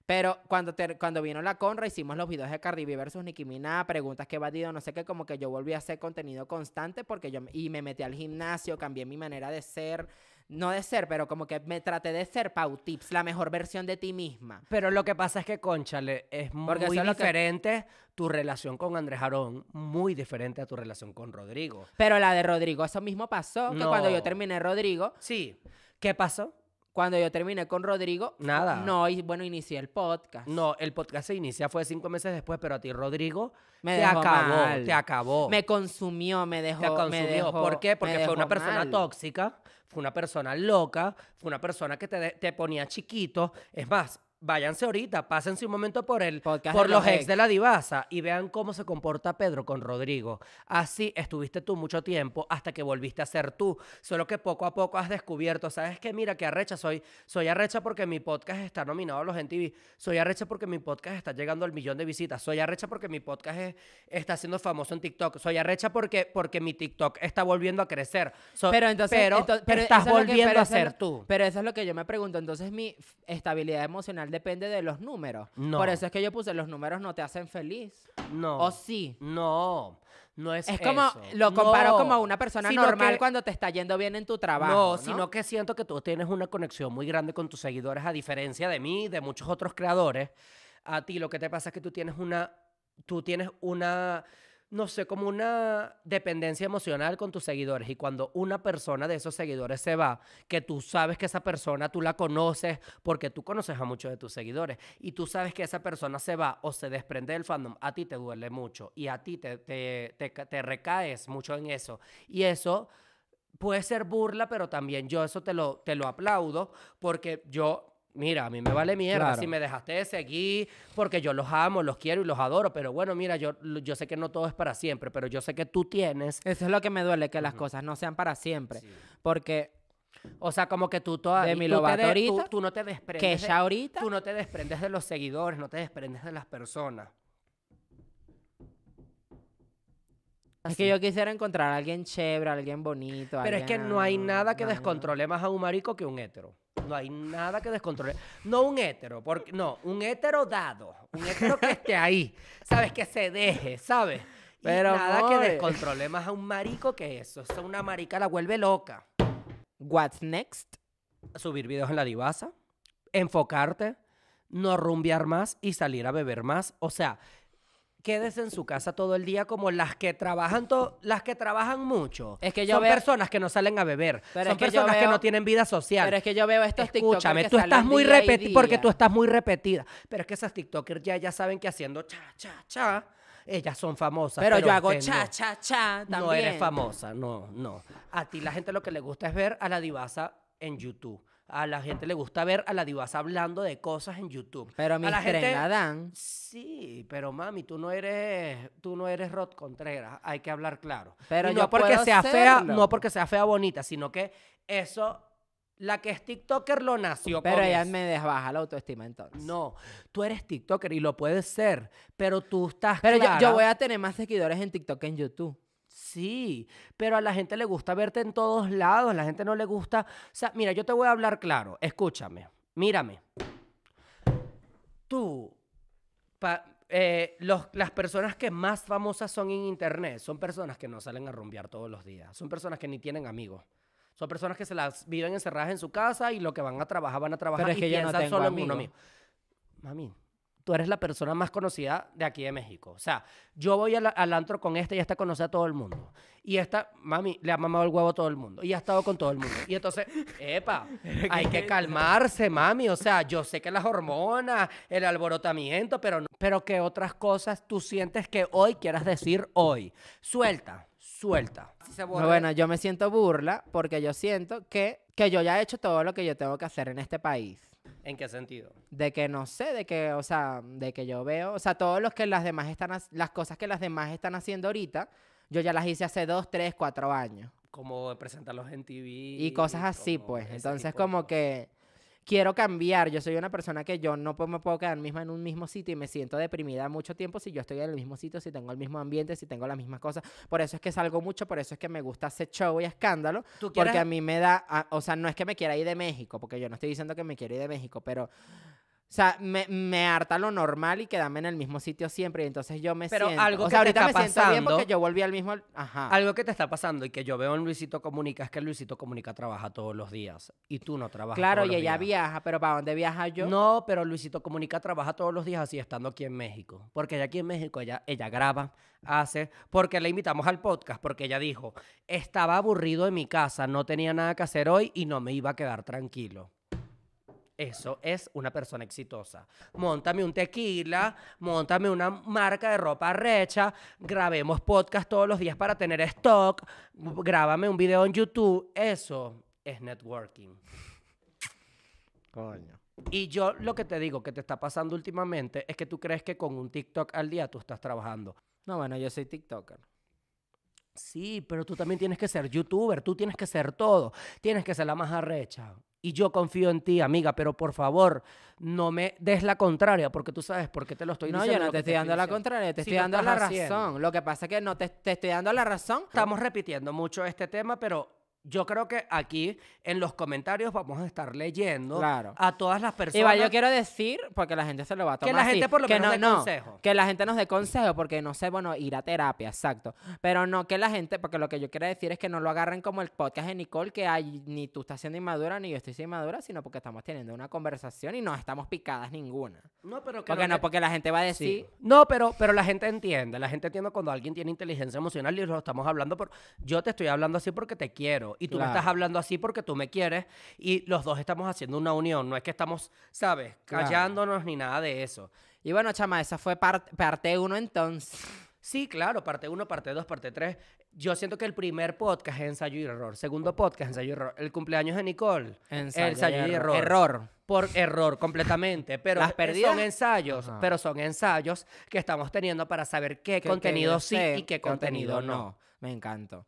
Speaker 2: Pero cuando, ter- cuando vino la Conra, hicimos los videos de Cardi B versus Nicki Minaj, preguntas que he batido, no sé qué, como que yo volví a hacer contenido constante porque yo, y me metí al gimnasio, cambié mi manera de ser, no de ser, pero como que me traté de ser Pau Tips, la mejor versión de ti misma.
Speaker 1: Pero lo que pasa es que, conchale, es
Speaker 2: Porque
Speaker 1: muy
Speaker 2: eso es lo que-
Speaker 1: diferente tu relación con Andrés Jarón, muy diferente a tu relación con Rodrigo.
Speaker 2: Pero la de Rodrigo, eso mismo pasó, que cuando
Speaker 1: No.
Speaker 2: yo terminé Rodrigo,
Speaker 1: Sí. ¿Qué pasó?
Speaker 2: cuando yo terminé con Rodrigo,
Speaker 1: Nada.
Speaker 2: no, y bueno, inicié el podcast.
Speaker 1: No, el podcast se inicia fue cinco meses después, pero a ti, Rodrigo,
Speaker 2: Me
Speaker 1: te
Speaker 2: dejó
Speaker 1: acabó,
Speaker 2: mal.
Speaker 1: te acabó.
Speaker 2: Me consumió, me dejó.
Speaker 1: Te
Speaker 2: me
Speaker 1: consumió.
Speaker 2: dejó
Speaker 1: ¿Por qué?
Speaker 2: me
Speaker 1: Porque fue una
Speaker 2: dejó
Speaker 1: persona
Speaker 2: mal.
Speaker 1: tóxica, fue una persona loca, fue una persona que te, de- te ponía chiquito. Es más, váyanse ahorita, pásense un momento por el
Speaker 2: Podcast
Speaker 1: por
Speaker 2: de
Speaker 1: los ex de la divasa y vean cómo se comporta Pedro con Rodrigo. Así estuviste tú mucho tiempo hasta que volviste a ser tú, solo que poco a poco has descubierto, sabes que mira que arrecha soy, soy arrecha porque mi podcast está nominado a los MTV, soy arrecha porque mi podcast está llegando al millón de visitas, soy arrecha porque mi podcast es- está siendo famoso en TikTok, soy arrecha porque porque mi TikTok está volviendo a crecer. So-
Speaker 2: Pero entonces,
Speaker 1: pero,
Speaker 2: ento-
Speaker 1: pero
Speaker 2: pero
Speaker 1: estás
Speaker 2: eso es lo que-
Speaker 1: volviendo
Speaker 2: pero
Speaker 1: a
Speaker 2: eso es
Speaker 1: ser
Speaker 2: lo-
Speaker 1: tú.
Speaker 2: Pero eso es lo que yo me pregunto. Entonces, mi f- estabilidad emocional depende de los números.
Speaker 1: No.
Speaker 2: Por eso es que yo puse los números no te hacen feliz.
Speaker 1: No.
Speaker 2: O sí.
Speaker 1: No, no es
Speaker 2: Es como,
Speaker 1: eso.
Speaker 2: lo comparo
Speaker 1: No,
Speaker 2: como a una persona
Speaker 1: sino
Speaker 2: normal
Speaker 1: que-
Speaker 2: cuando te está yendo bien en tu trabajo.
Speaker 1: No,
Speaker 2: No,
Speaker 1: sino que siento que tú tienes una conexión muy grande con tus seguidores, a diferencia de mí, de muchos otros creadores. A ti lo que te pasa es que tú tienes una tú tienes una, no sé, como una dependencia emocional con tus seguidores. Y cuando una persona de esos seguidores se va, que tú sabes que esa persona tú la conoces porque tú conoces a muchos de tus seguidores y tú sabes que esa persona se va o se desprende del fandom, a ti te duele mucho y a ti te, te, te, te recaes mucho en eso. Y eso puede ser burla, pero también yo eso te lo, te lo aplaudo porque yo mira, a mí me vale mierda
Speaker 4: Claro.
Speaker 1: si me dejaste de seguir, porque yo los amo, los quiero y los adoro, pero bueno, mira, yo, yo sé que no todo es para siempre, pero yo sé que tú tienes,
Speaker 2: Eso es lo que me duele, que las cosas no sean para siempre. Porque
Speaker 1: o sea, como que tú todavía...
Speaker 2: Demi
Speaker 1: tú, te
Speaker 2: Lovato ahorita,
Speaker 1: tú- tú no te desprendes...
Speaker 2: que
Speaker 1: de-
Speaker 2: ya ahorita...
Speaker 1: Tú no te desprendes de los seguidores, no te desprendes de las personas.
Speaker 2: Es que yo quisiera encontrar a alguien chévere, a alguien bonito. a
Speaker 1: Pero es que
Speaker 2: alguien-
Speaker 1: no hay nada que
Speaker 2: vaina.
Speaker 1: descontrole más a un marico que un hétero. No hay nada que descontrole. No un hétero, porque, no, un hétero dado. Un hétero que esté ahí. ¿Sabes? Que se deje, ¿sabes? Y
Speaker 2: Pero,
Speaker 1: nada que
Speaker 2: amor.
Speaker 1: descontrole más a un marico que eso. Eso una marica la vuelve loca.
Speaker 2: What's next?
Speaker 1: Subir videos en la divasa, enfocarte, no rumbear más y salir a beber más. O sea, quédese en su casa todo el día como las que trabajan to- las que trabajan mucho.
Speaker 2: Es que yo
Speaker 1: son
Speaker 2: veo-
Speaker 1: personas que no salen a beber, son
Speaker 2: Pero es que yo
Speaker 1: personas que
Speaker 2: veo-
Speaker 1: no tienen vida social.
Speaker 2: Pero es que yo veo estos TikTokers
Speaker 1: Escúchame,
Speaker 2: que
Speaker 1: tú
Speaker 2: salen
Speaker 1: estás muy
Speaker 2: día y
Speaker 1: repetida, porque
Speaker 2: día.
Speaker 1: tú estás muy repetida. Pero es que esas TikTokers ya, ya saben que haciendo cha, cha, cha, ellas son famosas.
Speaker 2: Pero, yo hago
Speaker 1: usted no.
Speaker 2: cha, cha, cha también.
Speaker 1: No eres famosa, no, no. A ti la gente lo que le gusta es ver a la divasa en YouTube. A la gente le gusta ver a la divasa hablando de cosas en YouTube.
Speaker 2: Pero
Speaker 1: a
Speaker 2: mis
Speaker 1: la
Speaker 2: tren
Speaker 1: gente...
Speaker 2: la dan.
Speaker 1: Sí, pero mami, tú no eres, tú no eres Rod Contreras, hay que hablar claro.
Speaker 2: Pero
Speaker 1: Y no
Speaker 2: yo
Speaker 1: porque
Speaker 2: puedo
Speaker 1: sea fea,
Speaker 2: serlo.
Speaker 1: no porque sea fea bonita, sino que eso, la que es TikToker lo nació
Speaker 2: Pero
Speaker 1: con
Speaker 2: ella
Speaker 1: eso.
Speaker 2: me desbaja la autoestima entonces.
Speaker 1: No, tú eres TikToker y lo puedes ser, pero tú estás
Speaker 2: Pero yo-
Speaker 1: clara.
Speaker 2: yo, voy a tener más seguidores en TikTok que en YouTube.
Speaker 1: Sí, pero a la gente le gusta verte en todos lados, a la gente no le gusta... O sea, mira, yo te voy a hablar claro, escúchame, mírame. Tú, pa- eh, los- las personas que más famosas son en Internet son personas que no salen a rumbear todos los días, son personas que ni tienen amigos. Son personas que se las viven encerradas en su casa y lo que van a trabajar, van a trabajar
Speaker 2: Pero es
Speaker 1: y
Speaker 2: que yo no
Speaker 1: piensan
Speaker 2: tengo
Speaker 1: solo en uno
Speaker 2: amigos.
Speaker 1: mismo. Mami, tú eres la persona más conocida de aquí de México. O sea, yo voy a la- al antro con esta y esta conoce a todo el mundo. Y esta, mami, le ha mamado el huevo a todo el mundo. Y ha estado con todo el mundo. Y entonces, epa, hay que calmarse, mami. O sea, yo sé que las hormonas, el alborotamiento, pero, no- pero que otras cosas tú sientes que hoy quieras decir hoy. Suelta, suelta. Si se borra-
Speaker 2: Pero bueno, yo me siento burla porque yo siento que, que yo ya he hecho todo lo que yo tengo que hacer en este país.
Speaker 1: ¿En qué sentido?
Speaker 2: De que no sé, de que, o sea, de que yo veo, o sea, todos los que las demás están, ha- las cosas que las demás están haciendo ahorita, yo ya las hice hace dos, tres, cuatro años.
Speaker 1: Como presentarlos en TV.
Speaker 2: y cosas así,
Speaker 1: como
Speaker 2: pues.
Speaker 1: ese
Speaker 2: Entonces,
Speaker 1: tipo de
Speaker 2: como
Speaker 1: cosas.
Speaker 2: que quiero cambiar. Yo soy una persona que yo no puedo- me puedo quedar misma en un mismo sitio y me siento deprimida mucho tiempo si yo estoy en el mismo sitio, si tengo el mismo ambiente, si tengo las mismas cosas. Por eso es que salgo mucho, por eso es que me gusta hacer show y escándalo,
Speaker 1: ¿Tú quieres-
Speaker 2: porque a mí me da, a- o sea, no es que me quiera ir de México, porque yo no estoy diciendo que me quiero ir de México, pero... O sea, me, me harta lo normal y quedarme en el mismo sitio siempre. Y entonces yo me
Speaker 1: Pero
Speaker 2: siento.
Speaker 1: algo
Speaker 2: o sea,
Speaker 1: que te
Speaker 2: ahorita
Speaker 1: está
Speaker 2: me siento bien porque
Speaker 1: pasando-
Speaker 2: yo volví al mismo. Ajá.
Speaker 1: Algo que te está pasando y que yo veo en Luisito Comunica es que Luisito Comunica trabaja todos los días y tú no trabajas.
Speaker 2: claro,
Speaker 1: todos
Speaker 2: y
Speaker 1: los
Speaker 2: ella
Speaker 1: días.
Speaker 2: viaja, pero ¿para dónde viaja yo?
Speaker 1: No, pero Luisito Comunica trabaja todos los días así estando aquí en México. Porque ella aquí en México, ella, ella graba, hace, porque la invitamos al podcast, porque ella dijo, estaba aburrido en mi casa, no tenía nada que hacer hoy y no me iba a quedar tranquilo. Eso es una persona exitosa. Móntame un tequila, móntame una marca de ropa recha, grabemos podcast todos los días para tener stock, grábame un video en YouTube. Eso es networking.
Speaker 2: Coño.
Speaker 1: Y yo lo que te digo que te está pasando últimamente es que tú crees que con un TikTok al día tú estás trabajando.
Speaker 2: No, bueno, yo soy TikToker.
Speaker 1: Sí, pero tú también tienes que ser youtuber, tú tienes que ser todo, tienes que ser la más arrecha. Y yo confío en ti, amiga, pero por favor, no me des la contraria, porque tú sabes por qué te lo estoy
Speaker 2: no,
Speaker 1: diciendo.
Speaker 2: yo no
Speaker 1: lo
Speaker 2: te
Speaker 1: que
Speaker 2: estoy dando la
Speaker 1: diciendo.
Speaker 2: contraria, te
Speaker 1: Si
Speaker 2: estoy
Speaker 1: lo
Speaker 2: dando la
Speaker 1: estás
Speaker 2: razón.
Speaker 1: haciendo.
Speaker 2: Lo que pasa es que no te, te estoy dando la razón.
Speaker 1: Estamos repitiendo mucho este tema, pero Yo creo que aquí en los comentarios vamos a estar leyendo
Speaker 2: Claro.
Speaker 1: a todas las personas.
Speaker 2: Igual yo quiero decir, porque la gente se lo va a
Speaker 1: Que
Speaker 2: tomar
Speaker 1: la
Speaker 2: así,
Speaker 1: gente por lo
Speaker 2: que
Speaker 1: menos
Speaker 2: no,
Speaker 1: dé
Speaker 2: no,
Speaker 1: consejo.
Speaker 2: Que la gente nos dé consejo, porque no sé, bueno, ir a terapia, exacto. Pero no que la gente, porque lo que yo quiero decir es que no lo agarren como el podcast de Nicole, que hay, ni tú estás siendo inmadura, ni yo estoy siendo inmadura, sino porque estamos teniendo una conversación y no estamos picadas ninguna.
Speaker 1: No, pero que
Speaker 2: Porque
Speaker 1: lo
Speaker 2: no,
Speaker 1: que-
Speaker 2: porque la gente va a
Speaker 1: Sí.
Speaker 2: decir...
Speaker 1: No, pero, pero la gente entiende. La gente entiende cuando alguien tiene inteligencia emocional y lo estamos hablando por. Yo te estoy hablando así porque te quiero. Y tú me
Speaker 2: Claro.
Speaker 1: estás hablando así porque tú me quieres. Y los dos estamos haciendo una unión. No es que estamos, ¿sabes?
Speaker 2: Claro.
Speaker 1: Callándonos ni nada de eso.
Speaker 2: Y bueno, chama, esa fue par- parte uno entonces.
Speaker 1: Sí, claro, parte 1, parte 2, parte 3. Yo siento que el primer podcast es ensayo y error. Segundo podcast, ensayo y error. El cumpleaños de Nicole.
Speaker 2: Oh. Ensayo y
Speaker 1: ensayo y
Speaker 2: error.
Speaker 1: error.
Speaker 2: Error.
Speaker 1: Por error, completamente. Pero
Speaker 2: ¿Las perdidas?
Speaker 1: son ensayos,
Speaker 2: Ajá.
Speaker 1: pero son ensayos que estamos teniendo para saber qué,
Speaker 2: que-
Speaker 1: contenido
Speaker 2: que
Speaker 1: sí
Speaker 2: sé,
Speaker 1: y qué contenido, no.
Speaker 2: Me encantó.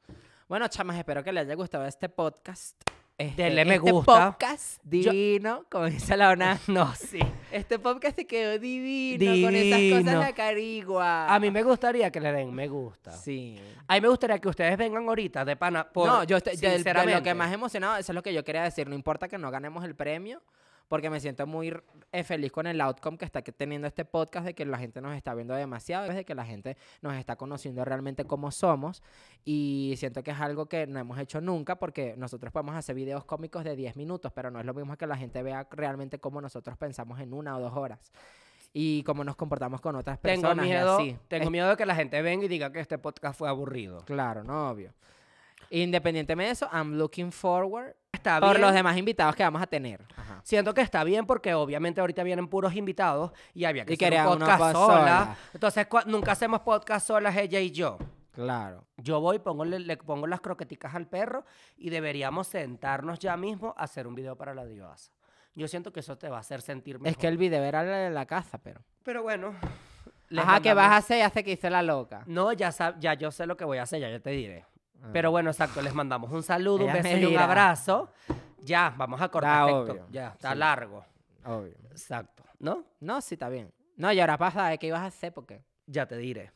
Speaker 2: Bueno, chamas, espero que les haya gustado este podcast. Este,
Speaker 1: Denle me
Speaker 2: este
Speaker 1: gusta.
Speaker 2: podcast divino, como dice la ONA.
Speaker 1: No, sí.
Speaker 2: Este podcast se quedó divino, con esas cosas
Speaker 1: Divino.
Speaker 2: la carigua.
Speaker 1: A mí me gustaría que le den me gusta.
Speaker 2: Sí.
Speaker 1: A mí me gustaría que ustedes vengan ahorita de pana. Por,
Speaker 2: no, yo estoy, del- de, lo que
Speaker 1: sinceramente.
Speaker 2: más emocionado, eso es lo que yo quería decir. No importa que no ganemos el premio, porque me siento muy eh, feliz con el outcome que está que- teniendo este podcast, de que la gente nos está viendo demasiado, de que la gente nos está conociendo realmente cómo somos. Y siento que es algo que no hemos hecho nunca, porque nosotros podemos hacer videos cómicos de 10 minutos, pero no es lo mismo que la gente vea realmente cómo nosotros pensamos en una o dos horas. Y cómo nos comportamos con otras
Speaker 1: Tengo
Speaker 2: personas. y
Speaker 1: miedo,
Speaker 2: así.
Speaker 1: tengo miedo de que la gente venga y diga que este podcast fue aburrido.
Speaker 2: Claro, no, obvio. Independientemente de eso, I'm looking forward
Speaker 1: Está
Speaker 2: por
Speaker 1: bien.
Speaker 2: los demás invitados que vamos a tener. Ajá.
Speaker 1: Siento que está bien porque obviamente ahorita vienen puros invitados y había que
Speaker 2: Y
Speaker 1: hacer
Speaker 2: quería
Speaker 1: un
Speaker 2: una
Speaker 1: podcast
Speaker 2: cosa
Speaker 1: sola.
Speaker 2: sola.
Speaker 1: Entonces cua- nunca hacemos podcast solas ella y yo.
Speaker 2: Claro.
Speaker 1: Yo voy, pongo, le, le pongo las croqueticas al perro y deberíamos sentarnos ya mismo a hacer un video para la diosa. Yo siento que eso te va a hacer sentir mejor.
Speaker 2: Es que el video era la de la casa, pero.
Speaker 1: Pero bueno. les
Speaker 2: Ajá, que vas a
Speaker 1: mandamos-
Speaker 2: hacer y hace que hice la loca.
Speaker 1: No, ya, sab- ya yo sé lo que voy a hacer, ya yo te diré.
Speaker 2: Ah.
Speaker 1: Pero bueno, exacto, les mandamos un saludo, un
Speaker 2: Ella
Speaker 1: beso
Speaker 2: me
Speaker 1: y un
Speaker 2: dirá.
Speaker 1: abrazo. Ya, vamos a cortar
Speaker 2: Está
Speaker 1: esto.
Speaker 2: obvio,
Speaker 1: Ya, está
Speaker 2: sí.
Speaker 1: largo.
Speaker 2: Obvio.
Speaker 1: Exacto, ¿no?
Speaker 2: No, sí, está bien. No, y ahora pasa de qué ibas a hacer porque.
Speaker 1: Ya te diré.